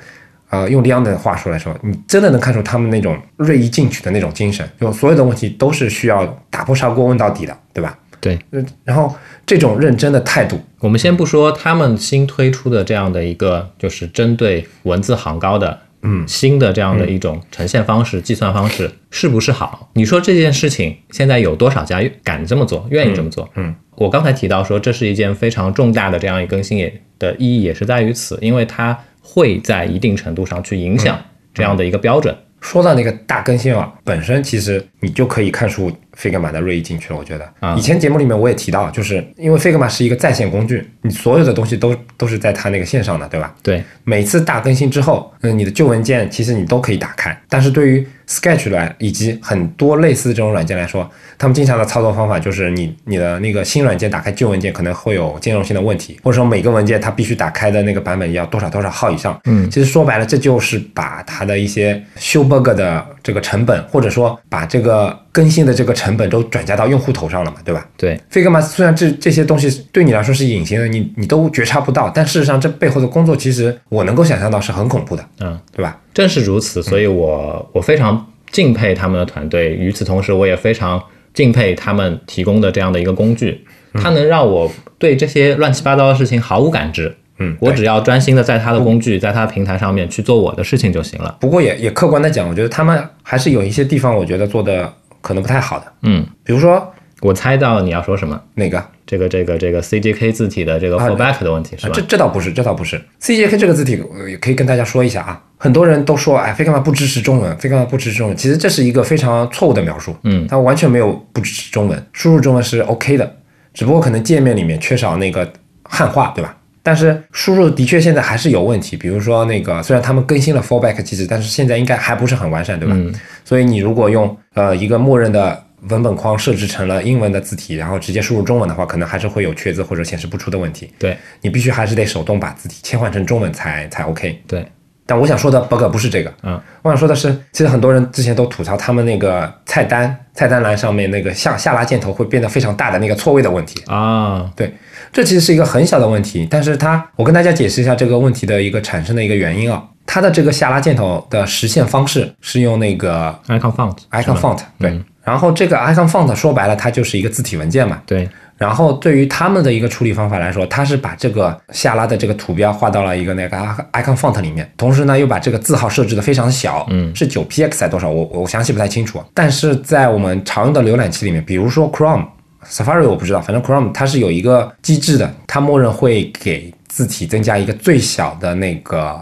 Speaker 2: 呃，用 l e 的话说来说，你真的能看出他们那种锐意进取的那种精神，就所有的问题都是需要打破砂锅问到底的，对吧？
Speaker 1: 对。
Speaker 2: 呃然后这种认真的态度，
Speaker 1: 我们先不说他们新推出的这样的一个，就是针对文字行高的，嗯，新的这样的一种呈现方式、计算方式是不是好？你说这件事情现在有多少家敢这么做，愿意这么做？嗯，我刚才提到说这是一件非常重大的这样一个更新也的意义也是在于此，因为它会在一定程度上去影响这样的一个标准。
Speaker 2: 说到那个大更新啊，本身其实你就可以看出 Figma 的锐意进取了。我觉得，以前节目里面我也提到，就是因为 Figma 是一个在线工具，你所有的东西都都是在它那个线上的，对吧？
Speaker 1: 对，
Speaker 2: 每次大更新之后，嗯，你的旧文件其实你都可以打开，但是对于 Sketch 来以及很多类似这种软件来说，他们经常的操作方法就是你你的那个新软件打开旧文件可能会有兼容性的问题，或者说每个文件它必须打开的那个版本要多少多少号以上。嗯，其实说白了，这就是把它的一些修 bug 的这个成本，或者说把这个更新的这个成本都转嫁到用户头上了嘛，对吧？
Speaker 1: 对，
Speaker 2: Figma 虽然这这些东西是对你来说是隐形的，你你都觉察不到，但事实上这背后的工作，其实我能够想象到是很恐怖的，
Speaker 1: 嗯，
Speaker 2: 对吧？
Speaker 1: 正是如此，所以
Speaker 2: 嗯
Speaker 1: 我我非常敬佩他们的团队。与此同时，我也非常敬佩他们提供的这样的一个工具。
Speaker 2: 嗯
Speaker 1: 它能让我对这些乱七八糟的事情毫无感知。
Speaker 2: 嗯，
Speaker 1: 我
Speaker 2: 对嗯
Speaker 1: 只要专心的在它的工具、在它的平台上面去做我的事情就行了。
Speaker 2: 不过也也客观的讲，我觉得他们还是有一些地方，我觉得做的可能不太好的，
Speaker 1: 嗯，
Speaker 2: 比如说
Speaker 1: 我猜到你要说什么，
Speaker 2: 哪个？
Speaker 1: 这个这个这个 CGK 字体的这个
Speaker 2: 啊
Speaker 1: fallback 的问题是
Speaker 2: 啊，
Speaker 1: 吧
Speaker 2: 这？这倒不是，这倒不是。CJK 这个字体，呃也可以跟大家说一下啊。很多人都说，哎，飞干嘛不支持中文？飞干嘛不支持中文？其实这是一个非常错误的描述。
Speaker 1: 嗯，
Speaker 2: 它完全没有不支持中文，输入中文是 OK 的，只不过可能界面里面缺少那个汉化，对吧？但是输入的确现在还是有问题，比如说那个虽然他们更新了 fallback 机制，但是现在应该还不是很完善，对吧？
Speaker 1: 嗯
Speaker 2: 所以你如果用呃一个默认的文本框设置成了英文的字体，然后直接输入中文的话，可能还是会有缺字或者显示不出的问题。
Speaker 1: 对
Speaker 2: 你必须还是得手动把字体切换成中文才才 OK。
Speaker 1: 对，
Speaker 2: 但我想说的 bug 不是这个，
Speaker 1: 嗯，
Speaker 2: 我想说的是，其实很多人之前都吐槽他们那个菜单菜单栏上面那个下下拉箭头会变得非常大的那个错位的问题。
Speaker 1: 啊，
Speaker 2: 对，这其实是一个很小的问题，但是它，我跟大家解释一下这个问题的一个产生的一个原因啊。它的这个下拉箭头的实现方式是用那个
Speaker 1: icon font 是
Speaker 2: icon
Speaker 1: 吗
Speaker 2: font，对，然后这个 icon font 说白了它就是一个字体文件嘛，
Speaker 1: 对
Speaker 2: 然后对于他们的一个处理方法来说，它是把这个下拉的这个图标画到了一个那个 icon font 里面，同时呢又把这个字号设置的非常小，嗯，是九 px 还多少？我我详细不太清楚。但是在我们常用的浏览器里面，比如说 Chrome、Safari 我不知道，反正 Chrome 它是有一个机制的，它默认会给字体增加一个最小的那个。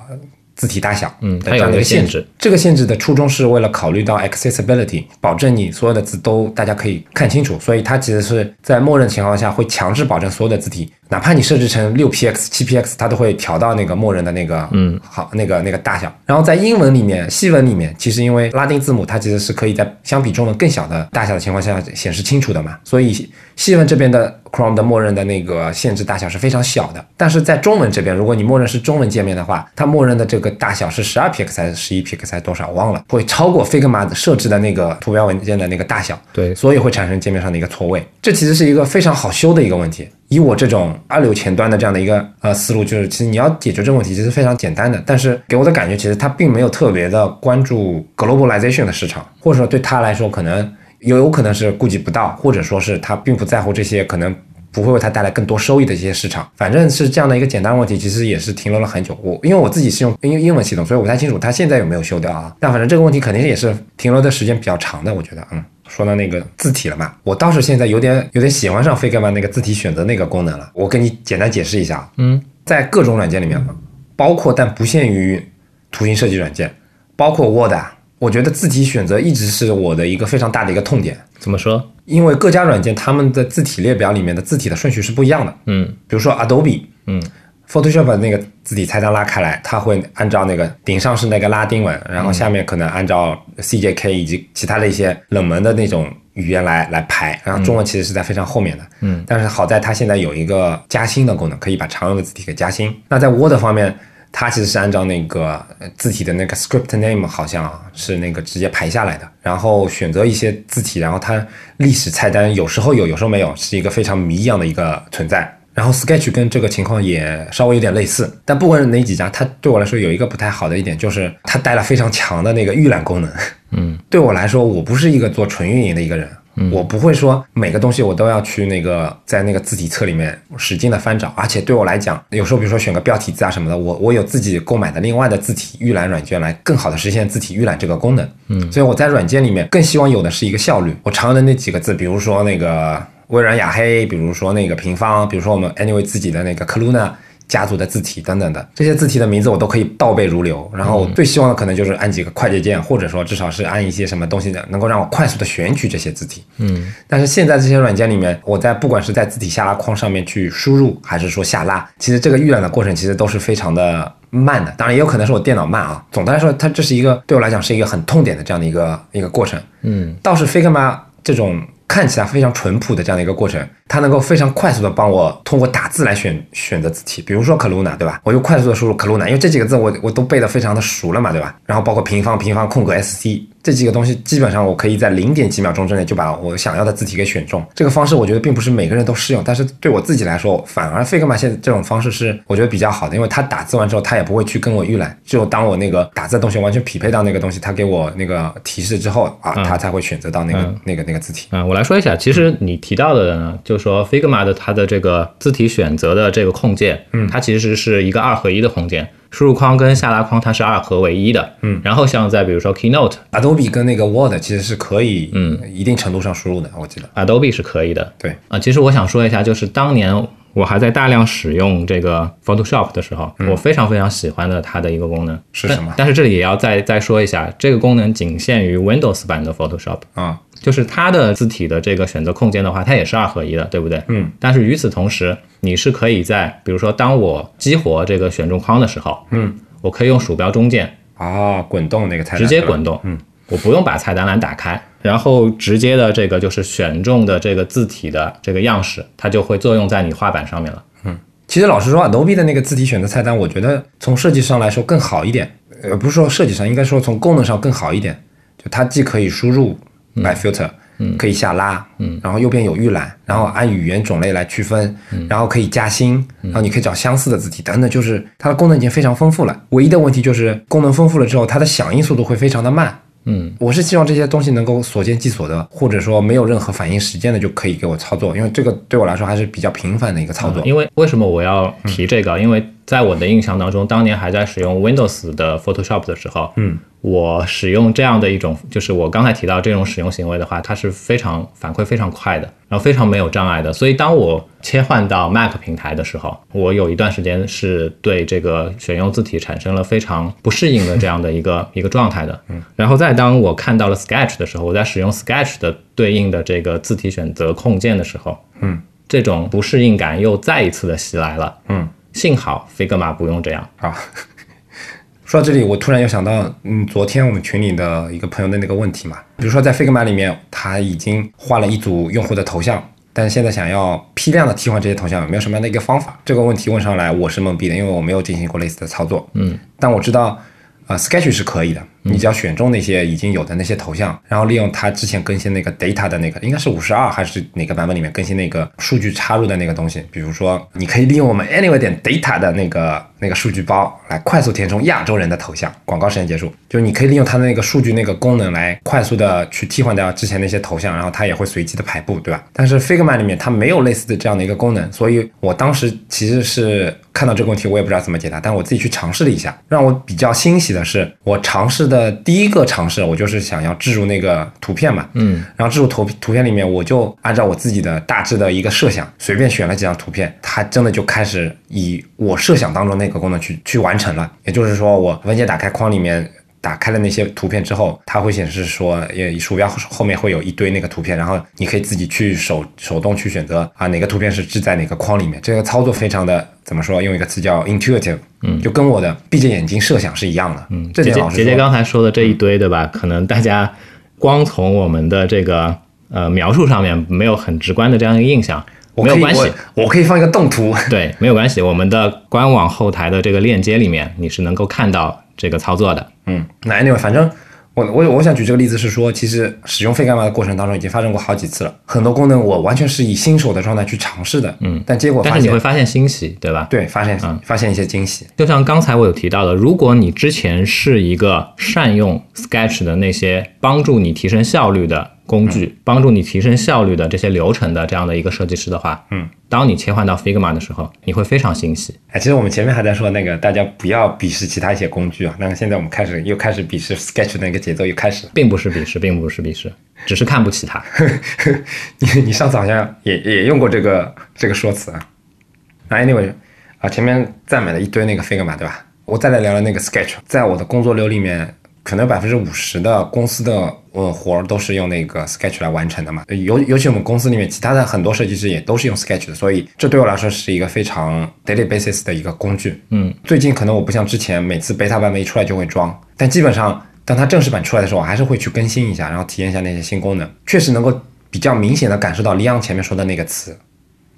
Speaker 2: 字体大小，
Speaker 1: 嗯
Speaker 2: 的
Speaker 1: 它有
Speaker 2: 这样的
Speaker 1: 一个
Speaker 2: 一个
Speaker 1: 限
Speaker 2: 限
Speaker 1: 制
Speaker 2: 制，这个限制的初衷是为了考虑到 accessibility，保证你所有的字都大家可以看清楚，所以它其实是在默认情况下会强制保证所有的字体，哪怕你设置成六 px、七 px，它都会调到那个默认的那个嗯好那个那个大小。然后在英文里面、西文里面，其实因为拉丁字母它其实是可以在相比中文更小的大小的情况下显示清楚的嘛，所以西文这边的 Chrome 的默认的那个限制大小是非常小的，但是在中文这边，如果你默认是中文界面的话，它默认的这个大小是十二 px 还是十一 px 还是多少忘了，会超过 Figma 设置的那个图标文件的那个大小，
Speaker 1: 对
Speaker 2: 所以会产生界面上的一个错位。这其实是一个非常好修的一个问题。以我这种二流前端的这样的一个呃思路，就是其实你要解决这个问题其实非常简单的，但是给我的感觉其实它并没有特别的关注 globalization 的市场，或者说对他来说可能有有可能是顾及不到，或者说是他并不在乎这些可能不会为他带来更多收益的一些市场。反正是这样的一个简单问题，其实也是停留了很久。我因为我自己是用英英文系统，所以我不太清楚它现在有没有修掉啊。但反正这个问题肯定也是停留的时间比较长的，我觉得，嗯。说到那个字体了嘛，我倒是现在有点有点喜欢上 Figma 那个字体选择那个功能了。我跟你简单解释一下啊，
Speaker 1: 嗯，
Speaker 2: 在各种软件里面，包括但不限于图形设计软件，包括 Word，啊，我觉得字体选择一直是我的一个非常大的一个痛点。
Speaker 1: 怎么说？
Speaker 2: 因为各家软件它们的字体列表里面的字体的顺序是不一样的。
Speaker 1: 嗯
Speaker 2: 比如说 Adobe，
Speaker 1: 嗯
Speaker 2: ，Photoshop 的那个字体菜单拉开来，它会按照那个顶上是那个拉丁文，然后下面可能按照 CJK 以及其他的一些冷门的那种语言来来排，然后中文其实是在非常后面的。
Speaker 1: 嗯，
Speaker 2: 但是好在它现在有一个加新的功能，可以把常用的字体给加新。那在 Word 方面。它其实是按照那个呃字体的那个 script name 好像啊是那个直接排下来的，然后选择一些字体，然后它历史菜单有时候有，有时候没有，是一个非常谜一样的一个存在。然后 Sketch 跟这个情况也稍微有点类似，但不管是哪几家，它对我来说有一个不太好的一点，就是它带了非常强的那个预览功能。
Speaker 1: 嗯，
Speaker 2: 对我来说，我不是一个做纯运营的一个人，我不会说每个东西我都要去那个在那个字体册里面使劲的翻找，而且对我来讲，有时候比如说选个标题字啊什么的，我我有自己购买的另外的字体预览软件来更好的实现字体预览这个功能。嗯，所以我在软件里面更希望有的是一个效率。我常用的那几个字，比如说那个微软雅黑，比如说那个平方，比如说我们 Anyway 自己的那个 Kaluna。家族的字体等等的，这些字体的名字我都可以倒背如流。然后
Speaker 1: 嗯
Speaker 2: 我最希望的可能就是按几个快捷键，或者说至少是按一些什么东西的，能够让我快速的选取这些字体。
Speaker 1: 嗯，
Speaker 2: 但是现在这些软件里面，我在不管是在字体下拉框上面去输入，还是说下拉，其实这个预览的过程其实都是非常的慢的。当然也有可能是我电脑慢啊。总的来说，它这是一个对我来讲是一个很痛点的这样的一个一个过程。
Speaker 1: 嗯，
Speaker 2: 倒是 Figma 这种看起来非常淳朴的这样的一个过程，它能够非常快速的帮我通过打字来选选择字体，比如说 Kaluna 对吧？我就快速的输入 Kaluna，因为这几个字我我都背得非常的熟了嘛，对吧？然后包括平方、平方、空格 SC 这几个东西基本上我可以在零点几秒钟之内就把我想要的字体给选中。这个方式我觉得并不是每个人都适用，但是对我自己来说，反而 Figma 现在这种方式是我觉得比较好的，因为它打字完之后，它也不会去跟我预览，只有当我那个打字的东西完全匹配到那个东西，它给我那个提示之后啊，它才会选择到那个那个那个字体。
Speaker 1: 啊，我来说一下，其实
Speaker 2: 嗯
Speaker 1: 你提到的呢，就是说 Figma 的它的这个字体选择的这个控件，嗯，它其实是一个二合一的控件，输入框跟下拉框它是二合为一的，嗯，然后像在比如说 Keynote。
Speaker 2: Adobe 跟那个 Word 其实是可以，嗯，一定程度上输入的，我记得。
Speaker 1: Adobe 是可以的。
Speaker 2: 对
Speaker 1: 啊、其实我想说一下，就是当年我还在大量使用这个 Photoshop 的时候，我非常非常喜欢的它的一个功能
Speaker 2: 嗯是
Speaker 1: 但
Speaker 2: 什么
Speaker 1: 但是这里也要再再说一下，这个功能仅限于 Windows 版的 Photoshop。
Speaker 2: 啊、
Speaker 1: 就是它的字体的这个选择控件的话，它也是二合一的，对不对？
Speaker 2: 嗯。
Speaker 1: 但是与此同时，你是可以在比如说当我激活这个选中框的时候，嗯，我可以用鼠标中键
Speaker 2: 啊，滚动那个菜单
Speaker 1: 直接
Speaker 2: 对吧
Speaker 1: 滚动，嗯，我不用把菜单栏打开，然后直接的这个就是选中的这个字体的这个样式，它就会作用在你画板上面了。
Speaker 2: 其实老实说，Adobe 啊的那个字体选择菜单，我觉得从设计上来说更好一点，呃，不是说设计上，应该说从功能上更好一点。就它既可以输入 by filter，、可以下拉，嗯，嗯然后右边有预览，然后按语言种类来区分，然后可以加新，然后你可以找相似的字体等等，就是它的功能已经非常丰富了。唯一的问题就是功能丰富了之后，它的响应速度会非常的慢。
Speaker 1: 嗯，
Speaker 2: 我是希望这些东西能够所见即所得，或者说没有任何反应时间的就可以给我操作，因为这个对我来说还是比较频繁的一个操作。
Speaker 1: 因为为什么我要提这个？因为在我的印象当中，当年还在使用 Windows 的 Photoshop 的时候，嗯，我使用这样的一种，就是我刚才提到这种使用行为的话，它是非常反馈非常快的，然后非常没有障碍的。所以当我切换到 Mac 平台的时候，我有一段时间是对这个选用字体产生了非常不适应的这样的一个一个状态的。嗯，然后再当我看到了 Sketch 的时候，我在使用 Sketch 的对应的这个字体选择控件的时候，这种不适应感又再一次的袭来了。
Speaker 2: 嗯，
Speaker 1: 幸好 Figma 不用这样。
Speaker 2: 啊。 说到这里，我突然又想到，嗯，昨天我们群里的一个朋友的那个问题嘛，比如说在 Figma 里面，他已经换了一组用户的头像，但是现在想要批量的替换这些头像，有没有什么样的一个方法？这个问题问上来，我是懵逼的，因为我没有进行过类似的操作。嗯，但我知道，呃，Sketch 是可以的，你只要选中那些已经有的那些头像，然后利用它之前更新那个 data 的那个，应该是五十二还是哪个版本里面更新那个数据插入的那个东西，比如说你可以利用我们 Anyway 点 data 的那个那个数据包来快速填充亚洲人的头像。广告时间结束，就是你可以利用它的那个数据那个功能来快速的去替换掉之前那些头像，然后它也会随机的排布，对吧？但是 Figma 里面它没有类似的这样的一个功能，所以我当时其实是看到这个问题，我也不知道怎么解答，但我自己去尝试了一下。让我比较欣喜的是，我尝试的第一个尝试，我就是想要置入那个图片嘛，嗯，然后置入图图片里面，我就按照我自己的大致的一个设想，随便选了几张图片，它真的就开始以我设想当中那个功能去去完成了。也就是说，我文件打开框里面打开了那些图片之后，它会显示说，呃，鼠标后面会有一堆那个图片，然后你可以自己去手手动去选择啊哪个图片是置在哪个框里面。这个操作非常的怎么说？用一个词叫 intuitive，嗯，就跟我的闭着眼睛设想是一样的。嗯，这
Speaker 1: 杰
Speaker 2: 点
Speaker 1: 杰
Speaker 2: 老
Speaker 1: 杰
Speaker 2: 师
Speaker 1: 杰
Speaker 2: 说，
Speaker 1: 刚才说的这一堆，对吧？可能大家光从我们的这个呃描述上面没有很直观的这样一个印象，
Speaker 2: 我
Speaker 1: 没
Speaker 2: 可
Speaker 1: 有
Speaker 2: 以
Speaker 1: 关系。
Speaker 2: 我，我可以放一个动图。
Speaker 1: 对，没有关系。我们的官网后台的这个链接里面，你是能够看到这个操作的。
Speaker 2: 嗯，那 anyway，反正我我我想举这个例子是说，其实使用 Figma 的过程当中已经发生过好几次了，很多功能我完全是以新手的状态去尝试的，嗯，但结果
Speaker 1: 但
Speaker 2: 发
Speaker 1: 是你会嗯
Speaker 2: 现
Speaker 1: 发现新奇，对吧？
Speaker 2: 对发现、发现一些惊喜，
Speaker 1: 就像刚才我有提到的，如果你之前是一个善用 Sketch 的那些帮助你提升效率的工具，帮助你提升效率的这些流程的这样的一个设计师的话，嗯，当你切换到 Figma 的时候，你会非常欣喜。
Speaker 2: 哎，其实我们前面还在说那个大家不要鄙视其他一些工具啊，那么现在我们开始又开始鄙视 Sketch 的那个节奏又开始了。
Speaker 1: 并不是鄙视，并不是鄙视，只是看不起它。
Speaker 2: 你你上次好像也也用过这个这个说辞啊。那 anyway 啊，前面赞美了一堆那个 Figma 对吧？我再来聊聊那个 Sketch，在我的工作流里面，可能百分之五十的公司的呃活儿都是用那个 Sketch 来完成的嘛。尤尤其我们公司里面其他的很多设计师也都是用 Sketch 的，所以这对我来说是一个非常 daily basis 的一个工具。嗯，最近可能我不像之前每次 beta 版本一出来就会装，但基本上当它正式版出来的时候，我还是会去更新一下，然后体验一下那些新功能，确实能够比较明显的感受到李阳前面说的那个词，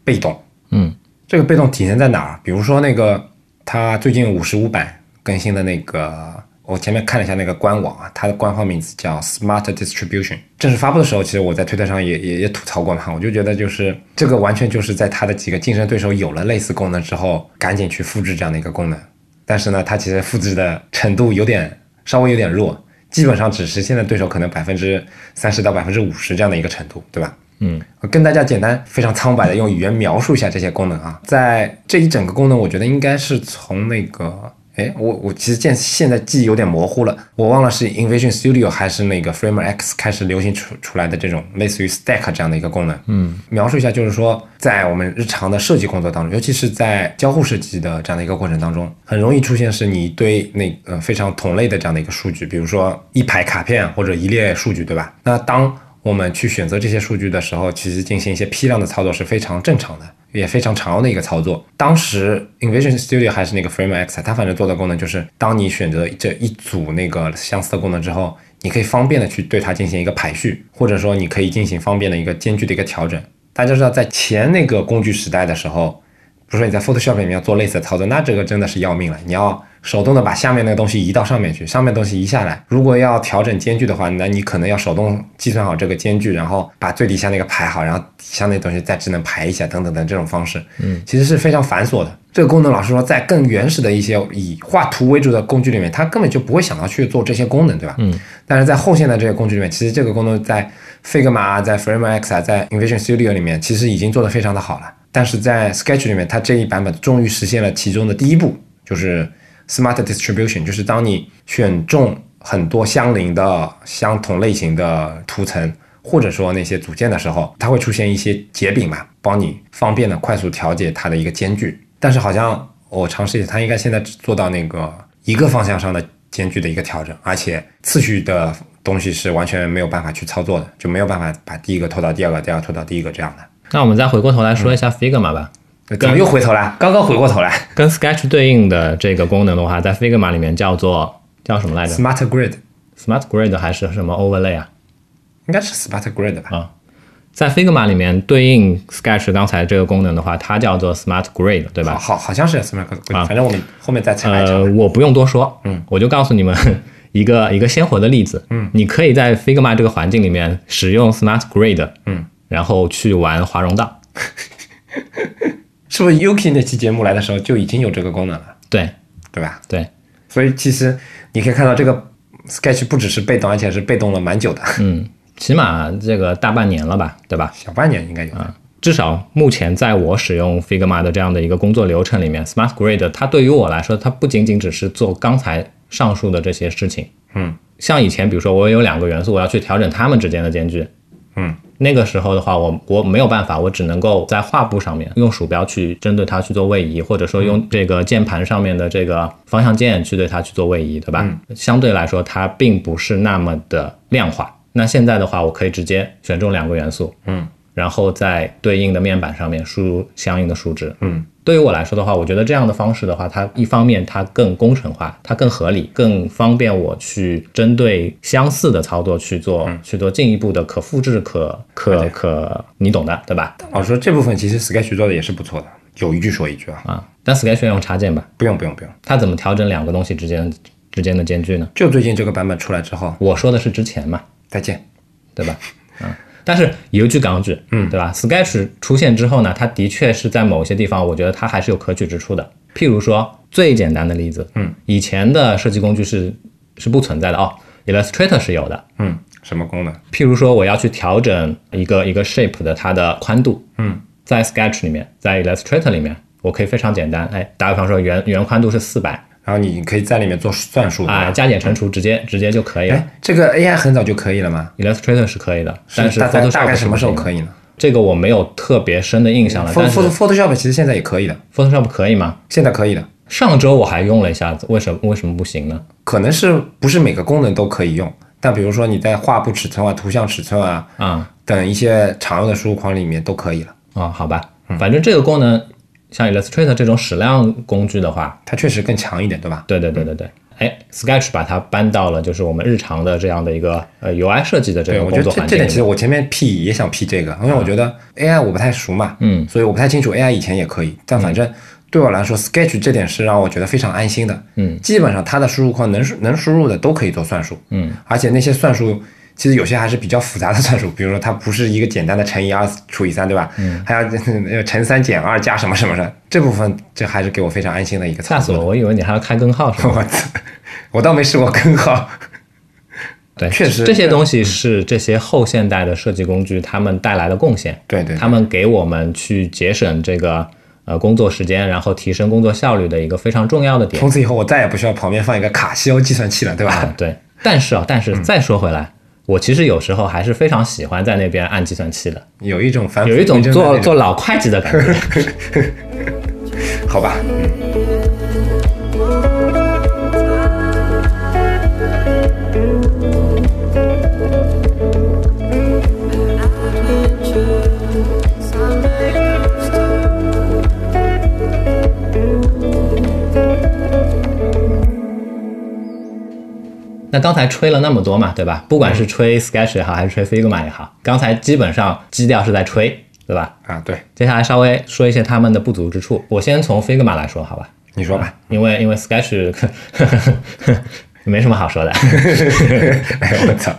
Speaker 2: 被动。
Speaker 1: 嗯，
Speaker 2: 这个被动体现在哪儿？比如说那个他最近五十五版更新的那个我前面看了一下那个官网啊，它的官方名字叫 Smart Distribution。正式发布的时候，其实我在推特上也也也吐槽过嘛，我就觉得就是这个完全就是在它的几个竞争对手有了类似功能之后，赶紧去复制这样的一个功能。但是呢，它其实复制的程度有点稍微有点弱，基本上只是现在对手可能百分之三十到百分之五十这样的一个程度，对吧？
Speaker 1: 嗯，
Speaker 2: 跟大家简单非常苍白的用语言描述一下这些功能啊，在这一整个功能，我觉得应该是从那个，哎，我我其实现现在记忆有点模糊了，我忘了是 Invision Studio 还是那个 Framer X 开始流行出出来的这种类似于 Stack 这样的一个功能。嗯，描述一下就是说，在我们日常的设计工作当中，尤其是在交互设计的这样的一个过程当中，很容易出现是你一堆那呃非常同类的这样的一个数据，比如说一排卡片或者一列数据，对吧？那当我们去选择这些数据的时候，其实进行一些批量的操作是非常正常的，也非常常用的一个操作。当时 Invision Studio 还是那个 Frame X，它反正做的功能就是，当你选择这一组那个相似的功能之后，你可以方便的去对它进行一个排序，或者说你可以进行方便的一个间距的一个调整。大家知道，在前那个工具时代的时候，比如说你在 Photoshop 里面要做类似的操作，那这个真的是要命了，你要。手动的把下面那个东西移到上面去，上面东西移下来。如果要调整间距的话，那你可能要手动计算好这个间距，然后把最底下那个排好，然后底下那东西再智能排一下，等等等这种方式，
Speaker 1: 嗯，
Speaker 2: 其实是非常繁琐的。这个功能老实说，在更原始的一些以画图为主的工具里面，它根本就不会想到去做这些功能，对吧？
Speaker 1: 嗯。
Speaker 2: 但是在后现代这些工具里面，其实这个功能在 Figma 啊，在 Frame X 啊，在 Invision Studio 里面，其实已经做得非常的好了。但是在 Sketch 里面，它这一版本终于实现了其中的第一步，就是。Smart distribution 就是当你选中很多相邻的相同类型的图层，或者说那些组件的时候，它会出现一些节柄嘛，帮你方便的快速调节它的一个间距。但是好像我尝试一下，它应该现在只做到那个一个方向上的间距的一个调整，而且次序的东西是完全没有办法去操作的，就没有办法把第一个拖到第二个，第二个拖到第一个这样的。
Speaker 1: 那我们再回过头来说一下 Figma 吧。嗯
Speaker 2: 怎么又回头来？刚刚回过头来，
Speaker 1: 跟 Sketch 对应的这个功能的话，在 Figma 里面叫做叫什么来着
Speaker 2: ？Smart Grid。
Speaker 1: Smart Grid 还是什么 Overlay 啊？
Speaker 2: 应该是 Smart Grid 吧。
Speaker 1: 啊，在 Figma 里面对应 Sketch 刚才这个功能的话，它叫做 Smart Grid，对吧？
Speaker 2: 好，好像是 Smart Grid，、啊、反正我们后面再查一查。
Speaker 1: 啊呃，我不用多说，
Speaker 2: 嗯，
Speaker 1: 我就告诉你们 一个一个鲜活的例子，
Speaker 2: 嗯，
Speaker 1: 你可以在 Figma 这个环境里面使用 Smart Grid，
Speaker 2: 嗯，
Speaker 1: 然后去玩华容道。
Speaker 2: 是不是 Yuki 那期节目来的时候就已经有这个功能了？
Speaker 1: 对，
Speaker 2: 对吧？
Speaker 1: 对，
Speaker 2: 所以其实你可以看到，这个 Sketch 不只是被动，而且是被动了蛮久的。
Speaker 1: 嗯，起码这个大半年了吧，对吧？
Speaker 2: 小半年应该有
Speaker 1: 啊、嗯。至少目前在我使用 Figma 的这样的一个工作流程里面，Smart Grid 它对于我来说，它不仅仅只是做刚才上述的这些事情。
Speaker 2: 嗯，
Speaker 1: 像以前，比如说我有两个元素，我要去调整它们之间的间距。
Speaker 2: 嗯。
Speaker 1: 那个时候的话，我我没有办法，我只能够在画布上面用鼠标去针对它去做位移，或者说用这个键盘上面的这个方向键去对它去做位移，对吧？
Speaker 2: 嗯、
Speaker 1: 相对来说，它并不是那么的量化。那现在的话，我可以直接选中两个元素，
Speaker 2: 嗯，
Speaker 1: 然后在对应的面板上面输入相应的数值，
Speaker 2: 嗯。
Speaker 1: 对于我来说的话，我觉得这样的方式的话，它一方面它更工程化，它更合理，更方便我去针对相似的操作去做、
Speaker 2: 嗯、
Speaker 1: 去做进一步的可复制、可可可，你懂的，对吧？
Speaker 2: 我说这部分其实 Sketch 做的也是不错的，有一句说一句啊
Speaker 1: 啊！但 Sketch 用插件吧？
Speaker 2: 不用不用不用。
Speaker 1: 它怎么调整两个东西之间之间的间距呢？
Speaker 2: 就最近这个版本出来之后，
Speaker 1: 我说的是之前嘛？
Speaker 2: 再见，
Speaker 1: 对吧？啊。但是有句港句，
Speaker 2: 嗯，
Speaker 1: 对吧？Sketch 出现之后呢，它的确是在某些地方，我觉得它还是有可取之处的。譬如说最简单的例子，
Speaker 2: 嗯，
Speaker 1: 以前的设计工具是是不存在的哦，Illustrator 是有的，
Speaker 2: 嗯，什么功能？
Speaker 1: 譬如说我要去调整一个一个 shape 的它的宽度，
Speaker 2: 嗯，
Speaker 1: 在 Sketch 里面，在 Illustrator 里面，我可以非常简单，哎，打个比方说圆圆宽度是四百。
Speaker 2: 然后你可以在里面做算术
Speaker 1: 啊，加减乘除直接直接就可以了。
Speaker 2: 这个 AI 很早就可以了吗
Speaker 1: ？Illustrator 是可以的，但
Speaker 2: 哎是
Speaker 1: 大概
Speaker 2: 大概什么时候可以呢？
Speaker 1: 这个我没有特别深的印象了。啊但是
Speaker 2: Photoshop 其实现在也可以的
Speaker 1: ，Photoshop 可以吗？
Speaker 2: 现在可以的。
Speaker 1: 上周我还用了一下子，为什么为什么不行呢？
Speaker 2: 可能是不是每个功能都可以用？但比如说你在画布尺寸啊、图像尺寸啊、
Speaker 1: 啊
Speaker 2: 等一些常用的输入框里面都可以了。
Speaker 1: 啊，好吧，
Speaker 2: 嗯
Speaker 1: 反正这个功能。像 Illustrator 这种矢量工具的话，
Speaker 2: 它确实更强一点，对吧？
Speaker 1: 对对对对对。哎，Sketch 把它搬到了就是我们日常的这样的一个呃 UI 设计的这个工作环境。
Speaker 2: 我觉得这点其实我前面 P 也想 P 这个，因为我觉得 AI 我不太熟嘛，
Speaker 1: 嗯，
Speaker 2: 所以我不太清楚 AI 以前也可以，但反正对我来说，Sketch 这点是让我觉得非常安心的。
Speaker 1: 嗯，
Speaker 2: 基本上它的输入框能输能输入的都可以做算术。
Speaker 1: 嗯，
Speaker 2: 而且那些算术其实有些还是比较复杂的算术，比如说它不是一个简单的乘以二除以三，对吧？嗯， 还要乘三减二加什么什么的，这部分这还是给我非常安心的一个操
Speaker 1: 吓死
Speaker 2: 作。
Speaker 1: 我，我以为你还要开根号什么的。
Speaker 2: 我操，我倒没试过根号。
Speaker 1: 对，
Speaker 2: 确实嗯
Speaker 1: 这些东西是这些后现代的设计工具他们带来的贡献。
Speaker 2: 对对对
Speaker 1: 他们给我们去节省这个呃工作时间，然后提升工作效率的一个非常重要的点
Speaker 2: 从。此以后，我再也不需要旁边放一个卡西欧计算器了，对吧？
Speaker 1: 对，但是啊，但是
Speaker 2: 嗯
Speaker 1: 再说回来，我其实有时候还是非常喜欢在那边按计算器的，
Speaker 2: 有一种反腐
Speaker 1: 有一种
Speaker 2: 归正的
Speaker 1: 做
Speaker 2: 那
Speaker 1: 做老会计的感觉。
Speaker 2: 好吧，嗯，
Speaker 1: 那刚才吹了那么多嘛，对吧？不管是吹 Sketch 也好，还是吹 Figma 也好，刚才基本上基调是在吹，对吧？
Speaker 2: 啊，对，
Speaker 1: 接下来稍微说一些他们的不足之处。我先从 Figma 来说，好吧？
Speaker 2: 你说吧，
Speaker 1: 因为因为 Sketch 呵呵呵没什么好说的，
Speaker 2: 哎呦我操，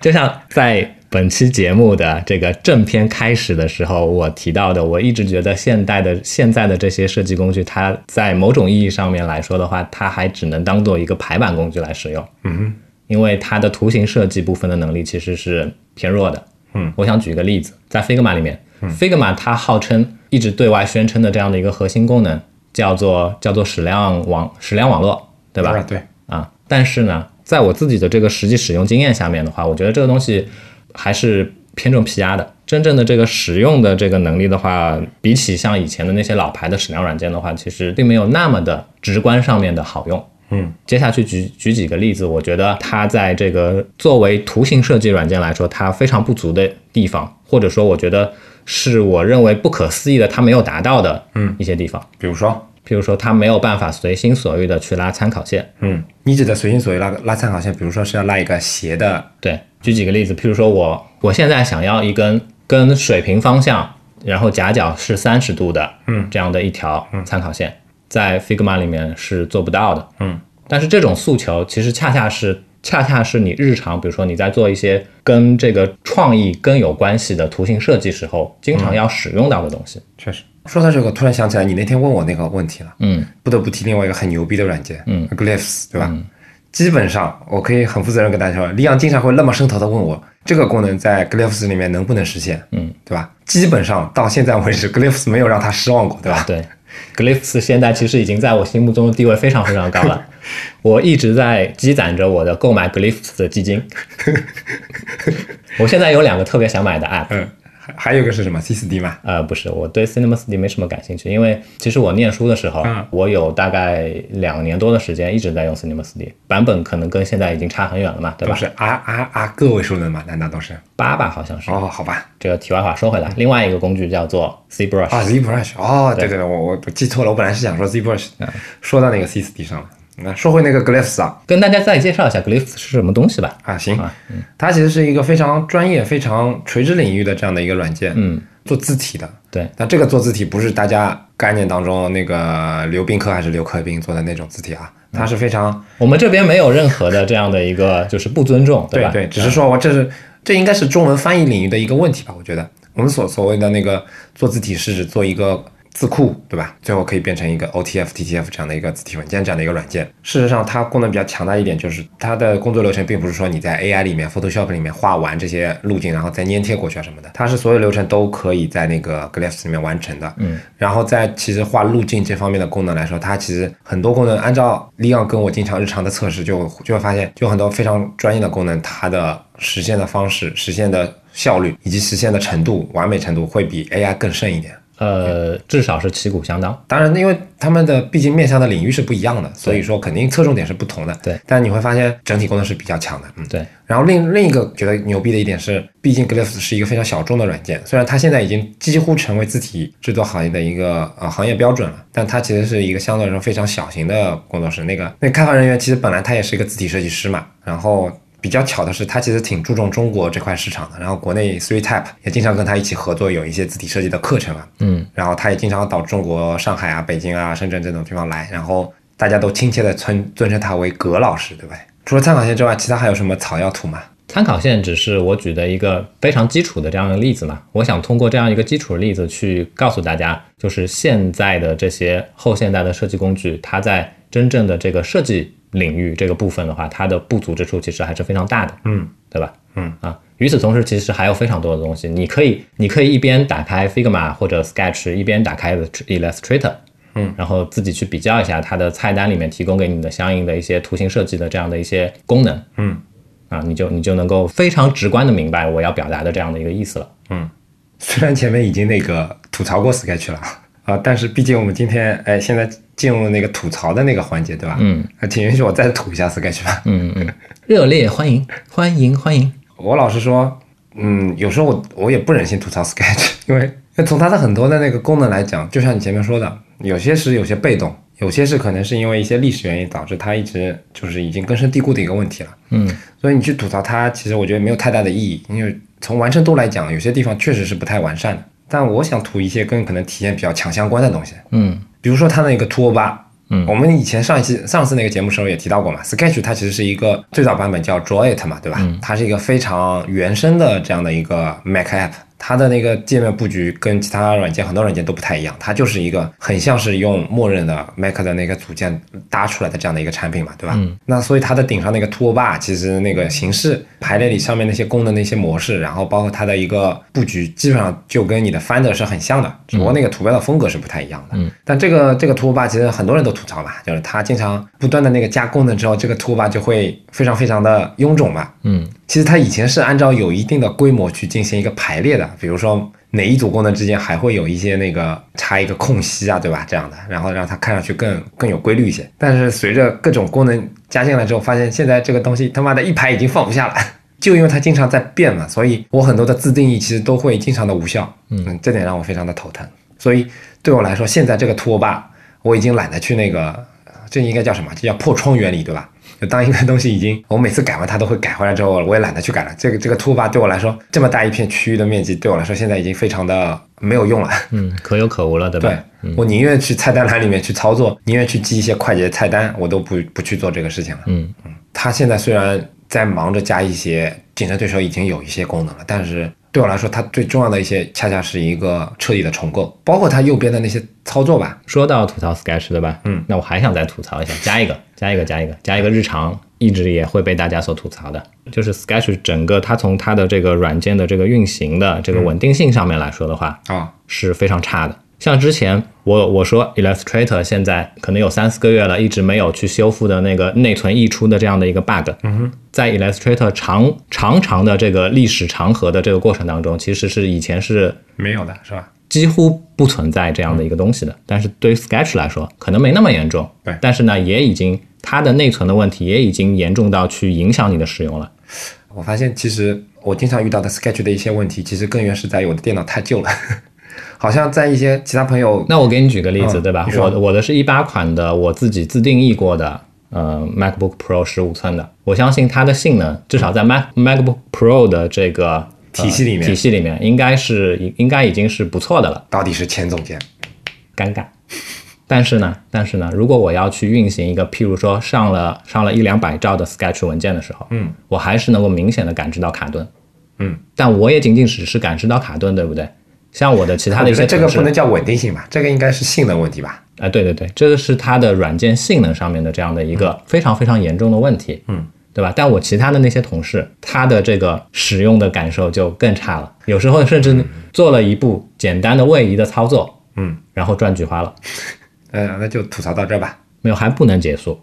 Speaker 1: 就像在本期节目的这个正片开始的时候，我提到的，我一直觉得现代的现在的这些设计工具，它在某种意义上面来说的话，它还只能当做一个排版工具来使用。嗯因为它的图形设计部分的能力其实是偏弱的。
Speaker 2: 嗯，
Speaker 1: 我想举个例子，在 Figma 里面、f i g m a 它号称一直对外宣称的这样的一个核心功能叫做叫做矢量网矢量网络，对吧？
Speaker 2: 啊对，
Speaker 1: 啊。但是呢，在我自己的这个实际使用经验下面的话，我觉得这个东西还是偏重 PR 的。真正的这个使用的这个能力的话，比起像以前的那些老牌的矢量软件的话，其实并没有那么的直观上面的好用。
Speaker 2: 嗯，
Speaker 1: 接下去举举几个例子，我觉得它在这个作为图形设计软件来说，它非常不足的地方，或者说我觉得是我认为不可思议的，它没有达到的，嗯，一些地方。
Speaker 2: 比如说，
Speaker 1: 譬如说，它没有办法随心所欲的去拉参考线，
Speaker 2: 嗯，你指的随心所欲拉拉参考线，比如说是要拉一个斜的，
Speaker 1: 对，举几个例子，譬如说我我现在想要一根跟水平方向，然后夹角是三十度的，嗯，这样的一条参考线，在 Figma 里面是做不到的，
Speaker 2: 嗯。
Speaker 1: 但是这种诉求其实恰恰是恰恰是你日常，比如说你在做一些跟这个创意更有关系的图形设计时候，经常要使用到的东西。
Speaker 2: 确实。说到这个，突然想起来，你那天问我那个问题了，
Speaker 1: 嗯，
Speaker 2: 不得不提另外一个很牛逼的软件，嗯，Glyphs，对吧？基本上，我可以很负责任跟大家说，李阳经常会那么生头的问我，这个功能在 Glyphs 里面能不能实现？嗯，对吧？基本上到现在为止，Glyphs 没有让他失望过，对吧？
Speaker 1: 对，Glyphs 现在其实已经在我心目中的地位非常非常高了，我一直在积攒着我的购买 Glyphs 的基金。我现在有两个特别想买的 app，
Speaker 2: 嗯，还还有一个是什么 CCD 嘛？
Speaker 1: 呃，不是，我对 Cinema 4D 没什么感兴趣，因为其实我念书的时候，
Speaker 2: 嗯
Speaker 1: 我有大概两年多的时间一直在用 Cinema 4D，版本可能跟现在已经差很远了嘛，对
Speaker 2: 都
Speaker 1: 吧
Speaker 2: 是？啊啊啊个位数的嘛？难道都是？
Speaker 1: 八吧，好像是。
Speaker 2: 哦，好吧，
Speaker 1: 这个题外话说回来，另外一个工具叫做 ZBrush，、
Speaker 2: 啊，ZBrush，哦，对对对，我我我记错了，我本来是想说 ZBrush，、
Speaker 1: 嗯
Speaker 2: 说到那个 C 四 D 上了。那说回那个 Glyphs 啊，
Speaker 1: 跟大家再介绍一下 Glyphs 是什么东西吧。
Speaker 2: 啊行
Speaker 1: 啊，
Speaker 2: 它其实是一个非常专业、非常垂直领域的这样的一个软件，
Speaker 1: 嗯，
Speaker 2: 做字体的。
Speaker 1: 对，
Speaker 2: 那这个做字体不是大家概念当中那个刘宾客还是刘克宾做的那种字体啊，它是非常
Speaker 1: 我们这边没有任何的这样的一个就是不尊重，
Speaker 2: 对
Speaker 1: 吧？
Speaker 2: 对，只是说我这是这应该是中文翻译领域的一个问题吧，我觉得我们所所谓的那个做字体是指做一个字库，对吧？最后可以变成一个 OTF、TTF 这样的一个字体文件这样的一个软件。事实上，它功能比较强大一点，就是它的工作流程并不是说你在 AI 里面、Photoshop 里面画完这些路径，然后再粘贴过去啊什么的，它是所有流程都可以在那个 Glyphs 里面完成的。嗯，然后在其实画路径这方面的功能来说，它其实很多功能按照 Leon 跟我经常日常的测试就就会发现，就很多非常专业的功能，它的实现的方式、实现的效率以及实现的程度、完美程度会比 AI 更胜一点。
Speaker 1: 呃，至少是旗鼓相当。
Speaker 2: 当然，因为他们的毕竟面向的领域是不一样的，所以说肯定侧重点是不同的。
Speaker 1: 对，
Speaker 2: 但你会发现整体功能是比较强的。嗯，
Speaker 1: 对，
Speaker 2: 然后另另一个觉得牛逼的一点是，毕竟 Glyphs 是一个非常小众的软件，虽然它现在已经几乎成为字体制作行业的一个呃行业标准了，但它其实是一个相对来说非常小型的工作室。那个那个开发人员其实本来他也是一个字体设计师嘛，然后比较巧的是，它其实挺注重中国这块市场的。然后国内 Three Type 也经常跟它一起合作，有一些字体设计的课程啊。
Speaker 1: 嗯，
Speaker 2: 然后它也经常到中国上海啊、北京啊、深圳这种地方来，然后大家都亲切的尊尊称他为葛老师，对不对？除了参考线之外，其他还有什么草药图吗？
Speaker 1: 参考线只是我举的一个非常基础的这样的例子嘛，我想通过这样一个基础的例子去告诉大家，就是现在的这些后现代的设计工具，它在真正的这个设计领域这个部分的话，它的不足之处其实还是非常大的，
Speaker 2: 嗯，
Speaker 1: 对吧？
Speaker 2: 嗯
Speaker 1: 啊，与此同时，其实还有非常多的东西，你可以你可以一边打开 Figma 或者 Sketch，一边打开 Illustrator，
Speaker 2: 嗯，
Speaker 1: 然后自己去比较一下它的菜单里面提供给你的相应的一些图形设计的这样的一些功能，
Speaker 2: 嗯，
Speaker 1: 啊，你就你就能够非常直观的明白我要表达的这样的一个意思了。
Speaker 2: 虽然前面已经那个吐槽过 Sketch 了啊、但是毕竟我们今天哎现在进入那个吐槽的那个环节，对吧？
Speaker 1: 嗯，
Speaker 2: 那请允许我再吐一下 Sketch 吧。
Speaker 1: 嗯嗯，热烈欢迎，欢迎欢迎。
Speaker 2: 我老实说，嗯，有时候我我也不忍心吐槽 Sketch，因 为因为从它的很多的那个功能来讲，就像你前面说的，有些是有些被动，有些是可能是因为一些历史原因导致它一直就是已经根深蒂固的一个问题了。
Speaker 1: 嗯，
Speaker 2: 所以你去吐槽它，其实我觉得没有太大的意义，因为从完成度来讲，有些地方确实是不太完善的。但我想吐一些跟可能体验比较强相关的东西，
Speaker 1: 嗯
Speaker 2: 比如说它那个 Two O 八，
Speaker 1: 嗯
Speaker 2: 我们以前上一期上次那个节目时候也提到过嘛，Sketch 它其实是一个最早版本叫 Drawit 嘛，对吧？它是一个非常原生的这样的一个 Mac App，它的那个界面布局跟其他软件很多软件都不太一样，它就是一个很像是用默认的 Mac 的那个组件搭出来的这样的一个产品嘛，对吧？那所以它的顶上那个 Tool Bar 其实那个形式排列里上面那些功能的一些模式，然后包括它的一个布局，基本上就跟你的 Finder 是很像的，只不过那个图标的风格是不太一样的。
Speaker 1: 嗯
Speaker 2: 但这个这个 Tool Bar 其实很多人都吐槽嘛，就是它经常不断的那个加功能之后，这个 Tool Bar 就会非常非常的臃肿嘛。
Speaker 1: 嗯
Speaker 2: 其实它以前是按照有一定的规模去进行一个排列的，比如说哪一组功能之间还会有一些那个插一个空隙啊，对吧？这样的，然后让它看上去更更有规律一些。但是随着各种功能加进来之后，发现现在这个东西他妈的一排已经放不下了。 就因为它经常在变嘛，所以我很多的自定义其实都会经常的无效，嗯，这点让我非常的头疼。所以对我来说，现在这个拖把我已经懒得去那个啊这应该叫什么？这叫破窗原理，对吧？就当一个东西已经，我每次改完它都会改回来之后，我也懒得去改了。这个这个 toolbar 对我来说，这么大一片区域的面积，对我来说现在已经非常的没有用了。
Speaker 1: 嗯，可有可无了，对嗯吧？
Speaker 2: 对我宁愿去菜单栏里面去操作，宁愿去记一些快捷菜单，我都不不去做这个事情了。
Speaker 1: 嗯
Speaker 2: 它现在虽然在忙着加一些竞争对手已经有一些功能了，但是对我来说，它最重要的一些恰恰是一个彻底的重构，包括它右边的那些操作吧。
Speaker 1: 说到吐槽 Sketch，对吧？
Speaker 2: 嗯，
Speaker 1: 那我还想再吐槽一下，加一个，加一个，加一个，加一个日常一直也会被大家所吐槽的，就是 Sketch 整个它从它的这个软件的这个运行的这个稳定性上面来说的话，
Speaker 2: 啊、
Speaker 1: 是非常差的。像之前我我说 Illustrator 现在可能有三四个月了，一直没有去修复的那个内存溢出的这样的一个 bug，、在 Illustrator 长长长的这个历史长河的这个过程当中，其实是以前是
Speaker 2: 没有的是吧？
Speaker 1: 几乎不存在这样的一个东西的。但是对于 Sketch 来说，可能没那么严重，
Speaker 2: 对
Speaker 1: 但是呢，也已经它的内存的问题也已经严重到去影响你的使用了。
Speaker 2: 我发现其实我经常遇到的 Sketch 的一些问题，其实根源是在于我的电脑太旧了，好像在一些其他朋友
Speaker 1: 那我给你举个例子，
Speaker 2: 嗯
Speaker 1: 对吧
Speaker 2: 你？说
Speaker 1: 我我的是一八款的，我自己自定义过的，呃，MacBook Pro 十五寸的，我相信它的性能，至少在 Mac MacBook Pro 的这个、呃
Speaker 2: 体系里面
Speaker 1: 体系里面应该是应该已经是不错的了，
Speaker 2: 到底是前总监，
Speaker 1: 尴尬。但是呢，但是呢，如果我要去运行一个，譬如说上了上了一两百兆的 Sketch 文件的时候，
Speaker 2: 嗯，
Speaker 1: 我还是能够明显的感知到卡顿，
Speaker 2: 嗯，
Speaker 1: 但我也仅仅只是感知到卡顿，对不对？像我的其他的
Speaker 2: 我
Speaker 1: 一
Speaker 2: 觉
Speaker 1: 些
Speaker 2: 得这个
Speaker 1: 城市
Speaker 2: 哦不能叫稳定性吧，这个应该是性能问题吧。
Speaker 1: 啊，对对对，这个是它的软件性能上面的这样的一个非常非常严重的问题，
Speaker 2: 嗯，
Speaker 1: 对吧？但我其他的那些同事，他的这个使用的感受就更差了，有时候甚至做了一步简单的位移的操作，
Speaker 2: 嗯，
Speaker 1: 然后赚菊花了，
Speaker 2: 呃，那就吐槽到这吧。
Speaker 1: 没有还不能结束，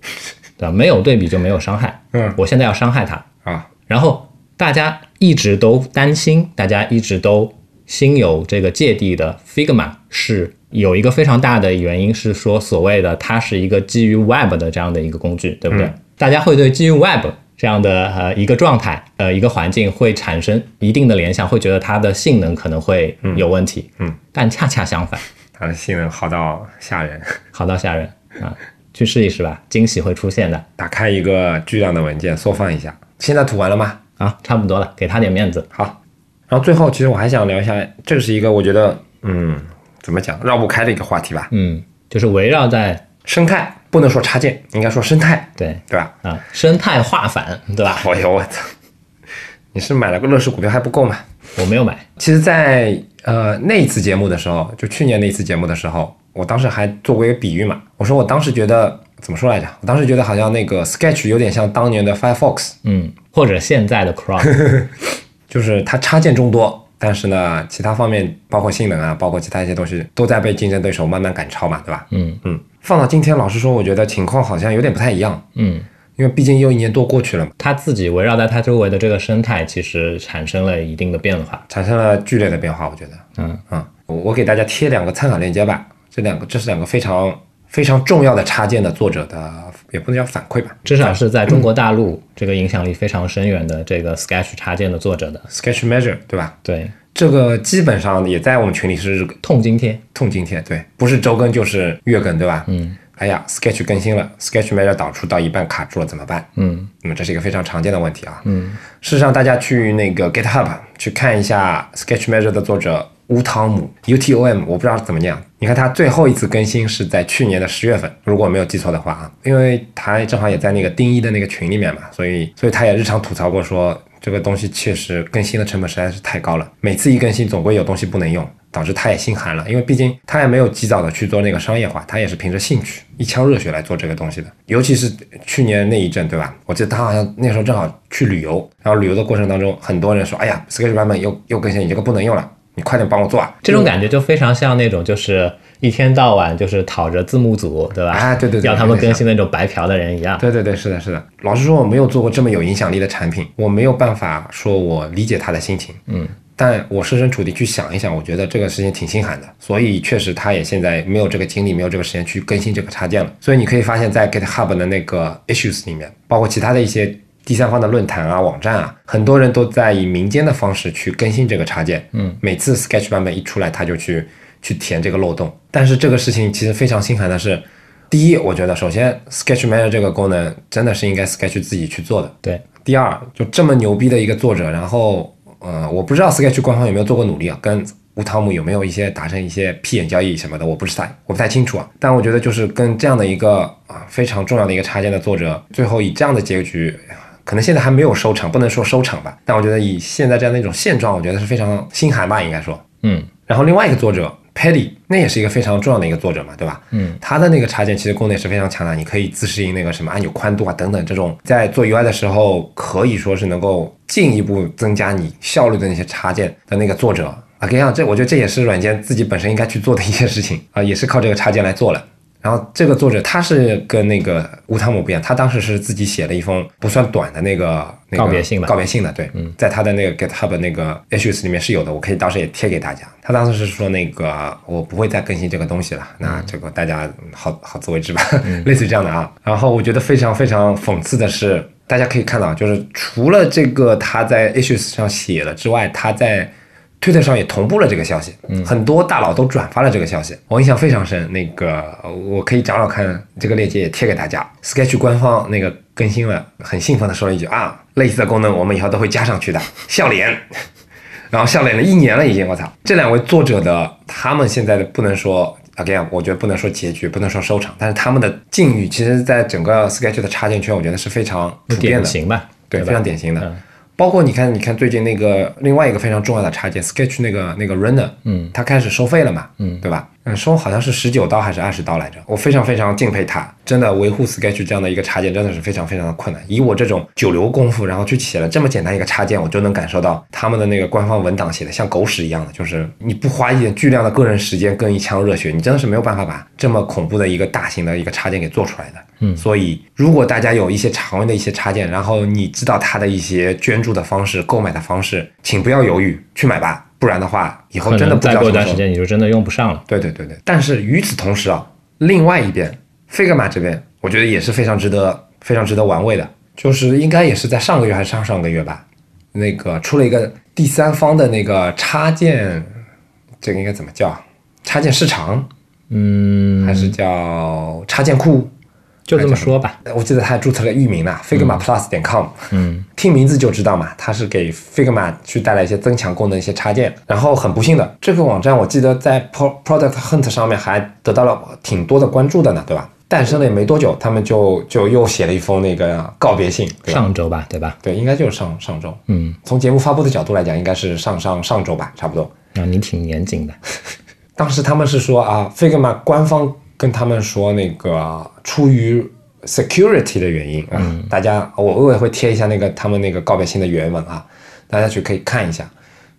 Speaker 1: 对吧？没有对比就没有伤害，
Speaker 2: 嗯
Speaker 1: 我现在要伤害他，
Speaker 2: 啊，
Speaker 1: 然后大家一直都担心，大家一直都心有这个芥蒂的 Figma 是有一个非常大的原因是说，所谓的它是一个基于 Web 的这样的一个工具，对不
Speaker 2: 嗯
Speaker 1: 对？大家会对基于 Web 这样的呃一个状态呃一个环境会产生一定的联想，会觉得它的性能可能会有问题。
Speaker 2: 嗯嗯
Speaker 1: 但恰恰相反，
Speaker 2: 它的性能好到吓人。
Speaker 1: 好到吓人啊！去试一试吧，惊喜会出现的。
Speaker 2: 打开一个巨量的文件，缩放一下，现在吐完了吗？
Speaker 1: 啊，差不多了，给他点面子。
Speaker 2: 好，然后最后其实我还想聊一下，这是一个我觉得嗯怎么讲绕不开的一个话题吧，
Speaker 1: 嗯，就是围绕在
Speaker 2: 生态不能说插件，应该说生态，
Speaker 1: 对
Speaker 2: 对吧？
Speaker 1: 啊生态化反，对吧？
Speaker 2: 哎呦我操，你是买了个乐视股票还不够吗？
Speaker 1: 我没有买，
Speaker 2: 其实在，呃那一次节目的时候，就去年那一次节目的时候，我当时还做过一个比喻嘛，我说我当时觉得怎么说来着？我当时觉得好像那个 Sketch 有点像当年的 Firefox，
Speaker 1: 嗯，或者现在的 Chrome，
Speaker 2: 就是它插件众多，但是呢，其他方面包括性能啊，包括其他一些东西都在被竞争对手慢慢赶超嘛，对吧？
Speaker 1: 嗯
Speaker 2: 嗯，放到今天，老实说，我觉得情况好像有点不太一样，
Speaker 1: 嗯，
Speaker 2: 因为毕竟又一年多过去了嘛，
Speaker 1: 他自己围绕在他周围的这个生态，其实产生了一定的变化。
Speaker 2: 产生了剧烈的变化，我觉得。
Speaker 1: 嗯
Speaker 2: 嗯，我我给大家贴两个参考链接吧，这两个这是两个非常非常重要的插件的作者的，也不能叫反馈吧
Speaker 1: 至少是在中国大
Speaker 2: 嗯
Speaker 1: 陆这个影响力非常深远的这个 Sketch 插件的作者的，
Speaker 2: ，Sketch Measure 对吧？
Speaker 1: 对，
Speaker 2: 这个基本上也在我们群里是
Speaker 1: 痛经贴，
Speaker 2: 痛经贴，对，不是周更就是月更，对吧？嗯。哎呀，Sketch 更新了，Sketch Measure 导出到一半卡住了，怎么办？
Speaker 1: 嗯
Speaker 2: 那么这是一个非常常见的问题啊。嗯，事实上，大家去那个 GitHub 去看一下 Sketch Measure 的作者乌汤姆 （UTOM），我不知道怎么念。你看他最后一次更新是在去年的十月份，如果我没有记错的话啊，因为他正好也在那个丁一的那个群里面嘛，所以所以他也日常吐槽过说，这个东西确实更新的成本实在是太高了，每次一更新总归有东西不能用，导致他也心寒了，因为毕竟他也没有及早的去做那个商业化，他也是凭着兴趣一腔热血来做这个东西的。尤其是去年那一阵，对吧？我记得他好像那时候正好去旅游，然后旅游的过程当中，很多人说：“哎呀，Sketch 版本又又更新，你这个不能用了，你快点帮我做啊！”
Speaker 1: 这种感觉就非常像那种就是一天到晚就是讨着字幕组，对吧？
Speaker 2: 啊对对对
Speaker 1: 要他们更新那种白嫖的人一样。
Speaker 2: 对对对，是的，是的。老实说，我没有做过这么有影响力的产品，我没有办法说我理解他的心情。嗯，但我设身处地去想一想，我觉得这个事情挺心寒的。所以确实，他也现在没有这个精力，没有这个时间去更新这个插件了。所以你可以发现，在 GitHub 的那个 issues 里面，包括其他的一些第三方的论坛啊、网站啊，很多人都在以民间的方式去更新这个插件。嗯，每次 Sketch 版本一出来，他就去去填这个漏洞。但是这个事情其实非常心寒的是。第一，我觉得首先 Sketch Manager 这个功能真的是应该 Sketch 自己去做的。
Speaker 1: 对
Speaker 2: 第二，就这么牛逼的一个作者，然后呃，我不知道 Sketch 官方有没有做过努力啊，跟吴汤姆有没有一些达成一些屁眼交易什么的，我不是太我不太清楚啊。但我觉得就是跟这样的一个啊非常重要的一个插件的作者，最后以这样的结局。可能现在还没有收场，不能说收场吧，但我觉得以现在这样的一种现状，我觉得是非常心寒吧，应该说。
Speaker 1: 嗯，
Speaker 2: 然后另外一个作者 Paddy，那也是一个非常重要的一个作者嘛，对吧？嗯，他的那个插件其实功能也是非常强的，你可以自适应那个什么按钮宽度啊等等这种，在做 UI 的时候，可以说是能够进一步增加你效率的那些插件的那个作者啊，跟你讲，这我觉得这也是软件自己本身应该去做的一些事情 啊，也是靠这个插件来做了。然后这个作者他是跟那个乌汤姆不一样，他当时是自己写了一封不算短的那个那个
Speaker 1: 告别信吧
Speaker 2: 告别信的，对，在他的那个 GitHub 那个 issues 里面是有的，我可以到时候也贴给大家。他当时是说那个我不会再更新这个东西了，那这个大家嗯好好自为之吧， 类似于这样的啊。然后我觉得非常非常讽刺的是，大家可以看到，就是除了这个他在 issues 上写了之外，他在推特上也同步了这个消息，
Speaker 1: 嗯
Speaker 2: 很多大佬都转发了这个消息，我印象非常深。那个我可以找找看，这个链接也贴给大家。Sketch 官方那个更新了，很兴奋的说了一句啊，类似的功能我们以后都会加上去的， 笑脸。然后笑脸了一年了已经，我操！这两位作者的他们现在的不能说 again，我觉得不能说结局，不能说收场，但是他们的境遇，其实在整个 Sketch 的插件圈，我觉得是非常普遍
Speaker 1: 典
Speaker 2: 的。
Speaker 1: 型吧，
Speaker 2: 对，嗯非
Speaker 1: 吧
Speaker 2: 常？典型的。包括你看，你看最近那个另外一个非常重要的插件 Sketch 那个那个 Runner，嗯，它开始收费了嘛，嗯，对吧？嗯，收好像是十九刀还是二十刀来着，我非常非常敬佩它，真的维护 Sketch 这样的一个插件真的是非常非常的困难。以我这种九流功夫，然后去写了这么简单一个插件，我就能感受到他们的那个官方文档写的像狗屎一样的，就是你不花一点巨量的个人时间跟一腔热血，你真的是没有办法把这么恐怖的一个大型的一个插件给做出来的。嗯，所以如果大家有一些常用的一些插件，然后你知道它的一些捐助的方式、购买的方式，请不要犹豫去买吧，不然的话以后
Speaker 1: 可
Speaker 2: 哦真的
Speaker 1: 能
Speaker 2: 不知
Speaker 1: 再
Speaker 2: 道
Speaker 1: 过
Speaker 2: 什
Speaker 1: 一
Speaker 2: 么
Speaker 1: 段
Speaker 2: 时
Speaker 1: 时
Speaker 2: 候。
Speaker 1: 间你就真的用不上了。
Speaker 2: 对对对对，但是与此同时啊，另外一边 Figma 这边，我觉得也是非常值得、非常值得玩味的，就是应该也是在上个月还是上上个月吧，那个出了一个第三方的那个插件，这个应该怎么啊叫？插件市场
Speaker 1: 嗯，
Speaker 2: 还是叫插件库？
Speaker 1: 就这么说吧。
Speaker 2: 我记得他还注册了域名呢，Figma Plus 点 com。
Speaker 1: 嗯，
Speaker 2: 听名字就知道嘛，它是给 Figma 去带来一些增强功能、一些插件。然后很不幸的，这个网站我记得在 Pro Product Hunt 上面还得到了挺多的关注的呢，对吧？诞生了也没多久，他们就就又写了一封那个告别信，对吧？
Speaker 1: 上周吧，对吧？
Speaker 2: 对，应该就是上上周。
Speaker 1: 嗯，
Speaker 2: 从节目发布的角度来讲，应该是上上上周吧，差不多。
Speaker 1: 啊，你挺严谨的。
Speaker 2: 当时他们是说啊，Figma 官方跟他们说那个啊出于 security 的原因啊，大家我我也会贴一下那个他们那个告别信的原文啊，大家去可以看一下。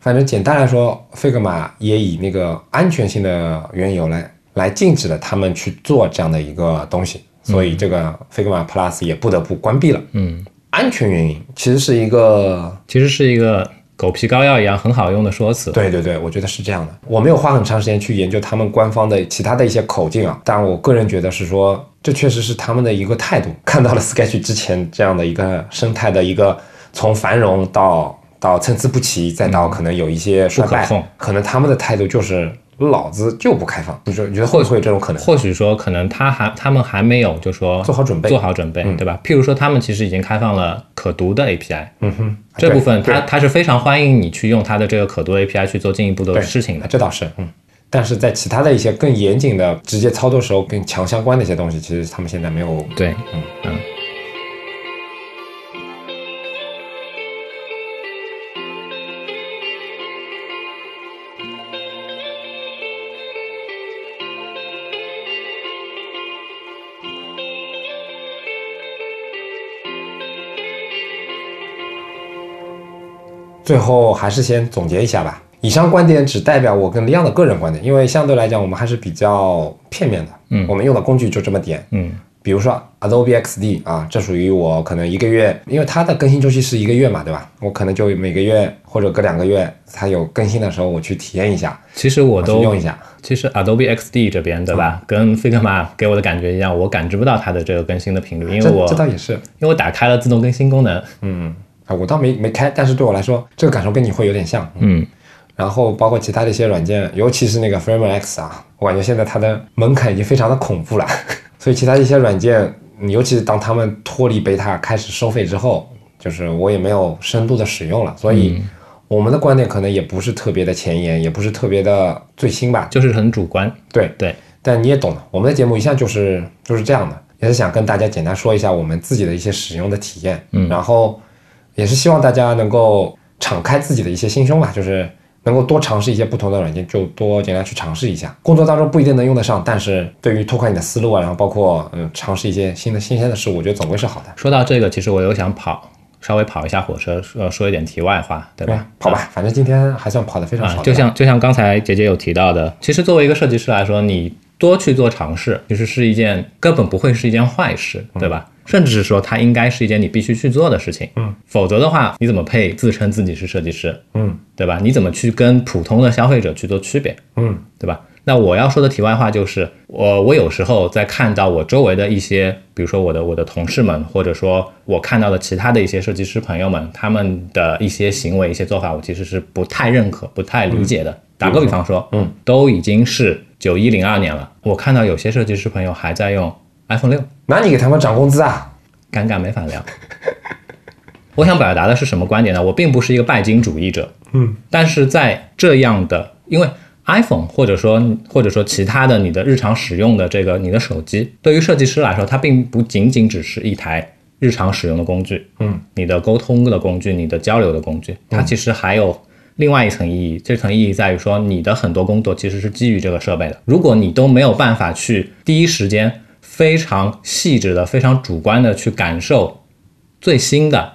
Speaker 2: 反正简单来说，Figma 也以那个安全性的缘由来来禁止了他们去做这样的一个东西，所以这个 Figma Plus 也不得不关闭了。
Speaker 1: 嗯，
Speaker 2: 安全原因其实是一个
Speaker 1: 其实是一个狗皮膏药一样很好用的说辞。
Speaker 2: 对对对，我觉得是这样的。我没有花很长时间去研究他们官方的其他的一些口径啊，但我个人觉得是说，这确实是他们的一个态度。看到了 Sketch 之前这样的一个生态的一个从繁荣到到参差不齐，再到可能有一些衰败，
Speaker 1: 不可控
Speaker 2: 能他们的态度就是老子就不开放。你说你觉得会不会有这种可能？
Speaker 1: 或许说，可能他还他们还没有就说
Speaker 2: 做好准备
Speaker 1: 做好准备，对吧？譬如说，他们其实已经开放了可读的 API，
Speaker 2: 嗯哼，
Speaker 1: 这
Speaker 2: 对
Speaker 1: 部分
Speaker 2: 对
Speaker 1: 它它是非常欢迎你去用它的这个可读 API 去做进一步的
Speaker 2: 对
Speaker 1: 事情的。
Speaker 2: 这倒是，嗯。但是在其他的一些更严谨的直接操作时候更强相关的一些东西，其实他们现在没有
Speaker 1: 对，
Speaker 2: 嗯
Speaker 1: 嗯。
Speaker 2: 最后还是先总结一下吧。以上观点只代表我跟李阳的个人观点，因为相对来讲我们还是比较片面的。嗯，我们用的工具就这么点。
Speaker 1: 嗯，
Speaker 2: 比如说 Adobe XD 啊，这属于我可能一个月，因为它的更新周期是一个月嘛，对吧？我可能就每个月或者隔两个月，它有更新的时候我去体验一下，
Speaker 1: 其实我
Speaker 2: 我去
Speaker 1: 都
Speaker 2: 用一嗯下。
Speaker 1: 其实 Adobe XD 这边对吧，跟 Figma 给我的感觉一样，我感知不到它的这个更新的频率，因为
Speaker 2: 这
Speaker 1: 我
Speaker 2: 这倒也是，
Speaker 1: 因为我打开了自动更新功能。
Speaker 2: 嗯，啊，我倒没没开，但是对我来说，这个感受跟你会有点像。
Speaker 1: 嗯，
Speaker 2: 然后包括其他的一些软件，尤其是那个 Frame X 啊，我感觉现在它的门槛已经非常的恐怖了。 所以其他一些软件，嗯尤其是当他们脱离贝塔开始收费之后，就是我也没有深度的使用了，所以我们的观点可能也不是特别的前沿，也不是特别的最新吧。
Speaker 1: 就是很主观。
Speaker 2: 对，
Speaker 1: 对，
Speaker 2: 但你也懂的，我们的节目一向就是就是这样的，也是想跟大家简单说一下我们自己的一些使用的体验，嗯，然后也是希望大家能够敞开自己的一些心胸吧，就是能够多尝试一些不同的软件，就多简单去尝试一下。工作当中不一定能用得上，但是对于拓宽你的思路啊，然后包括嗯尝试一些新的新鲜的事物，我觉得总归是好的。
Speaker 1: 说到这个，其实我又想跑，稍微跑一下火车，呃，说一点题外话，对
Speaker 2: 对
Speaker 1: 吧
Speaker 2: 吧？？跑吧，反正今天还算跑得非常
Speaker 1: 啊，
Speaker 2: 好的
Speaker 1: 就像就像刚才姐姐有提到的，其实作为一个设计师来说，你多去做尝试，其实是一件根本不会是一件坏事，对
Speaker 2: 嗯
Speaker 1: 吧？甚至是说，它应该是一件你必须去做的事情。嗯，否则的话，你怎么配自称自己是设计师？
Speaker 2: 嗯，
Speaker 1: 对吧？你怎么去跟普通的消费者去做区别？
Speaker 2: 嗯，
Speaker 1: 对吧？那我要说的题外话就是，呃我我有时候在看到我周围的一些，比如说我的我的同事们，或者说我看到的其他的一些设计师朋友们，他们的一些行为、一些做法，我其实是不太认可、不太理解的。打个比方说，嗯，都已经是九一零二年了，我看到有些设计师朋友还在用 iPhone 六，
Speaker 2: 那你给他们涨工资啊？
Speaker 1: 尴尬没法聊。我想表达的是什么观点呢？我并不是一个拜金主义者，嗯，但是在这样的，因为 iPhone 或者说或者说其他的你的日常使用的这个你的手机，对于设计师来说，它并不仅仅只是一台日常使用的工具，嗯，你的沟通的工具，你的交流的工具，它其实还有另外一层意义。这层意义在于说，你的很多工作其实是基于这个设备的。如果你都没有办法去第一时间非常细致的、非常主观的去感受最新的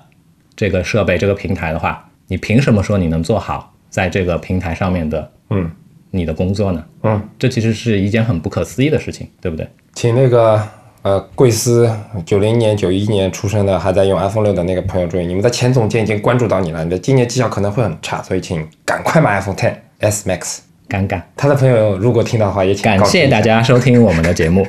Speaker 1: 这个设备、这个平台的话，你凭什么说你能做好在这个平台上面的
Speaker 2: 嗯
Speaker 1: 你的工作呢？
Speaker 2: 嗯，
Speaker 1: 这其实是一件很不可思议的事情，对不对？
Speaker 2: 请那个呃，贵司九零年、九一年出生的，还在用 iPhone 六的那个朋友注意，你们的前总监已经关注到你了，你的今年绩效可能会很差，所以请赶快买 iPhone Ten S Max。
Speaker 1: 尴尬。
Speaker 2: 他的朋友如果听到的话，也请
Speaker 1: 感
Speaker 2: 告知
Speaker 1: 谢
Speaker 2: 一下
Speaker 1: 大。家收听我们的节目。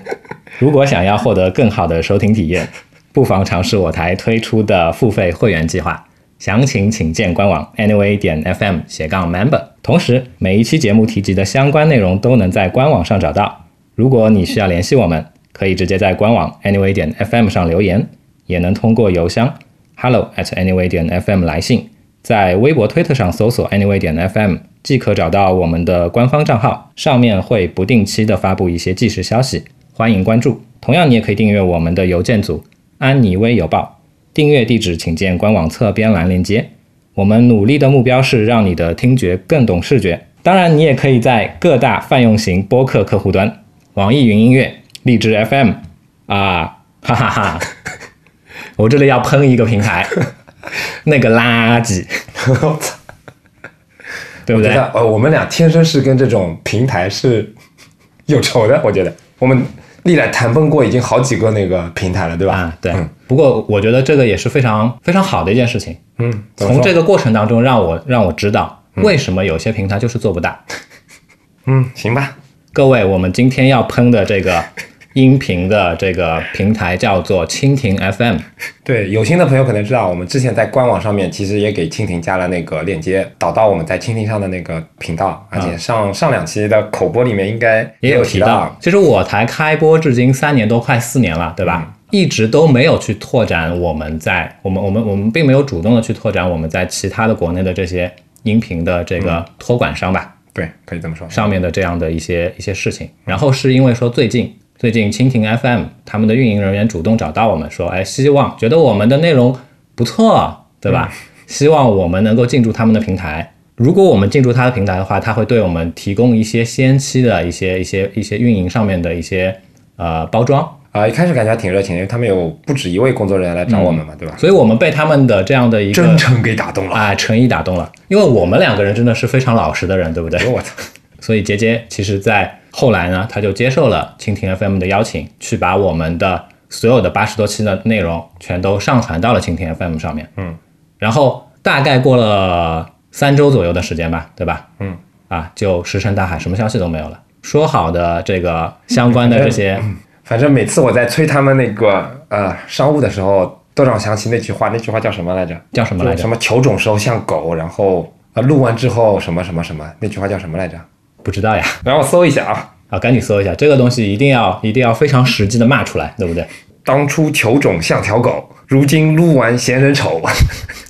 Speaker 1: 如果想要获得更好的收听体验，不妨尝试我台推出的付费会员计划。详情请见官网 anyway 点 fm 斜杠 member。同时，每一期节目提及的相关内容都能在官网上找到。如果你需要联系我们，可以直接在官网 anyway 点 fm 上留言，也能通过邮箱 hello at anyway 点 fm 来信，在微博、推特上搜索 anyway 点 fm，即可找到我们的官方账号，上面会不定期的发布一些即时消息，欢迎关注。同样，你也可以订阅我们的邮件组“安妮微邮报”，订阅地址请见官网侧边栏链接。我们努力的目标是让你的听觉更懂视觉。当然，你也可以在各大泛用型播客客户端、网易云音乐、荔枝 FM 啊，哈哈哈！我这里要喷一个平台， 那个垃圾，
Speaker 2: 我操！
Speaker 1: 对不
Speaker 2: 我觉
Speaker 1: 对？
Speaker 2: 得呃，我们俩天生是跟这种平台是有仇的。我觉得我们历来谈崩过已经好几个那个平台了，对吧？
Speaker 1: 啊，对
Speaker 2: 嗯。
Speaker 1: 不过我觉得这个也是非常非常好的一件事情。
Speaker 2: 嗯，怎
Speaker 1: 从
Speaker 2: 么说
Speaker 1: 这个过程当中，让我让我知道为什么有些平台就是做不大。
Speaker 2: 嗯，行吧，
Speaker 1: 各位，我们今天要喷的这个音频的这个平台叫做蜻蜓 FM。
Speaker 2: 对，有心的朋友可能知道，我们之前在官网上面其实也给蜻蜓加了那个链接，导到我们在蜻蜓上的那个频道，而啊且上、上两期的口播里面应该
Speaker 1: 也
Speaker 2: 有
Speaker 1: 有
Speaker 2: 提
Speaker 1: 提到，其实我台开播至今三年多，快四年了，对
Speaker 2: 嗯
Speaker 1: 吧？一直都没有去拓展我们在我们我们我们并没有主动的去拓展我们在其他的国内的这些音频的这个
Speaker 2: 嗯
Speaker 1: 托管商吧、
Speaker 2: 对，可以这么说。
Speaker 1: 上面的这样的一些一些事情。然后是因为说最近最近蜻蜓 FM 他们的运营人员主动找到我们说，哎，希望觉得我们的内容不错，对吧？
Speaker 2: 嗯
Speaker 1: 希望我们能够进驻他们的平台。如果我们进驻他的平台的话，他会对我们提供一些先期的一些一些一些运营上面的一些呃包装，
Speaker 2: 啊、一开始感觉还挺热情，因为他们有不止一位工作人员来找我们嘛，对吧？
Speaker 1: 所以我们被他们的这样的一个
Speaker 2: 真诚给打动了，
Speaker 1: 啊、诚意打动了，因为我们两个人真的是非常老实的人，对不对
Speaker 2: 哎？呦我操！
Speaker 1: 所以杰杰其实在后来呢，他就接受了蜻蜓 FM 的邀请，去把我们的所有的八十多期的内容全都上传到了蜻蜓 FM 上面。嗯，然后大概过了三周左右的时间吧，对吧？嗯，啊，就石沉大海，什么消息都没有了。说好的这个相关的这 些，
Speaker 2: 反正每次我在催他们那个呃商务的时候，都让我想起那句话，那句话叫什么来着？
Speaker 1: 叫什么来着
Speaker 2: 就什么球种时候像狗，然后呃录完之后什么什么什么，那句话叫什么来着？
Speaker 1: 不知道呀。
Speaker 2: 然后我搜一下啊，
Speaker 1: 啊，赶紧搜一下这个东西，一定要一定要非常实际的骂出来，对不 对？
Speaker 2: 当初球种像条狗，如今撸完嫌人丑。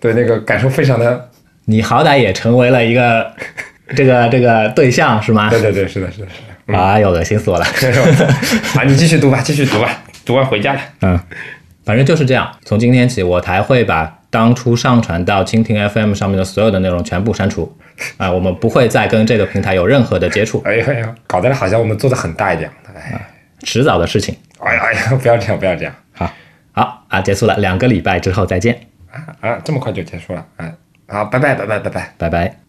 Speaker 2: 对，那个感受非常的，
Speaker 1: 你好歹也成为了一个这个这个对象是吗
Speaker 2: 对？对对，是的，是的，是的。
Speaker 1: 啊，有恶心死我了。
Speaker 2: 啊，你继续读吧，继续读吧，读完回家了。
Speaker 1: 嗯，反正就是这样。从今天起，我台会把当初上传到蜻蜓 FM 上面的所有的内容全部删除。 啊、我们不会再跟这个平台有任何的接触，
Speaker 2: 哎呀哎呀，搞得好像我们做的很大一样。哎，
Speaker 1: 迟早的事情。
Speaker 2: 哎呀哎呀，不要这样，不要这样
Speaker 1: 好，好啊，结束了，两个礼拜之后再见，
Speaker 2: 啊！这么快就结束了，哎，好，拜拜，拜拜，拜拜。
Speaker 1: 拜拜。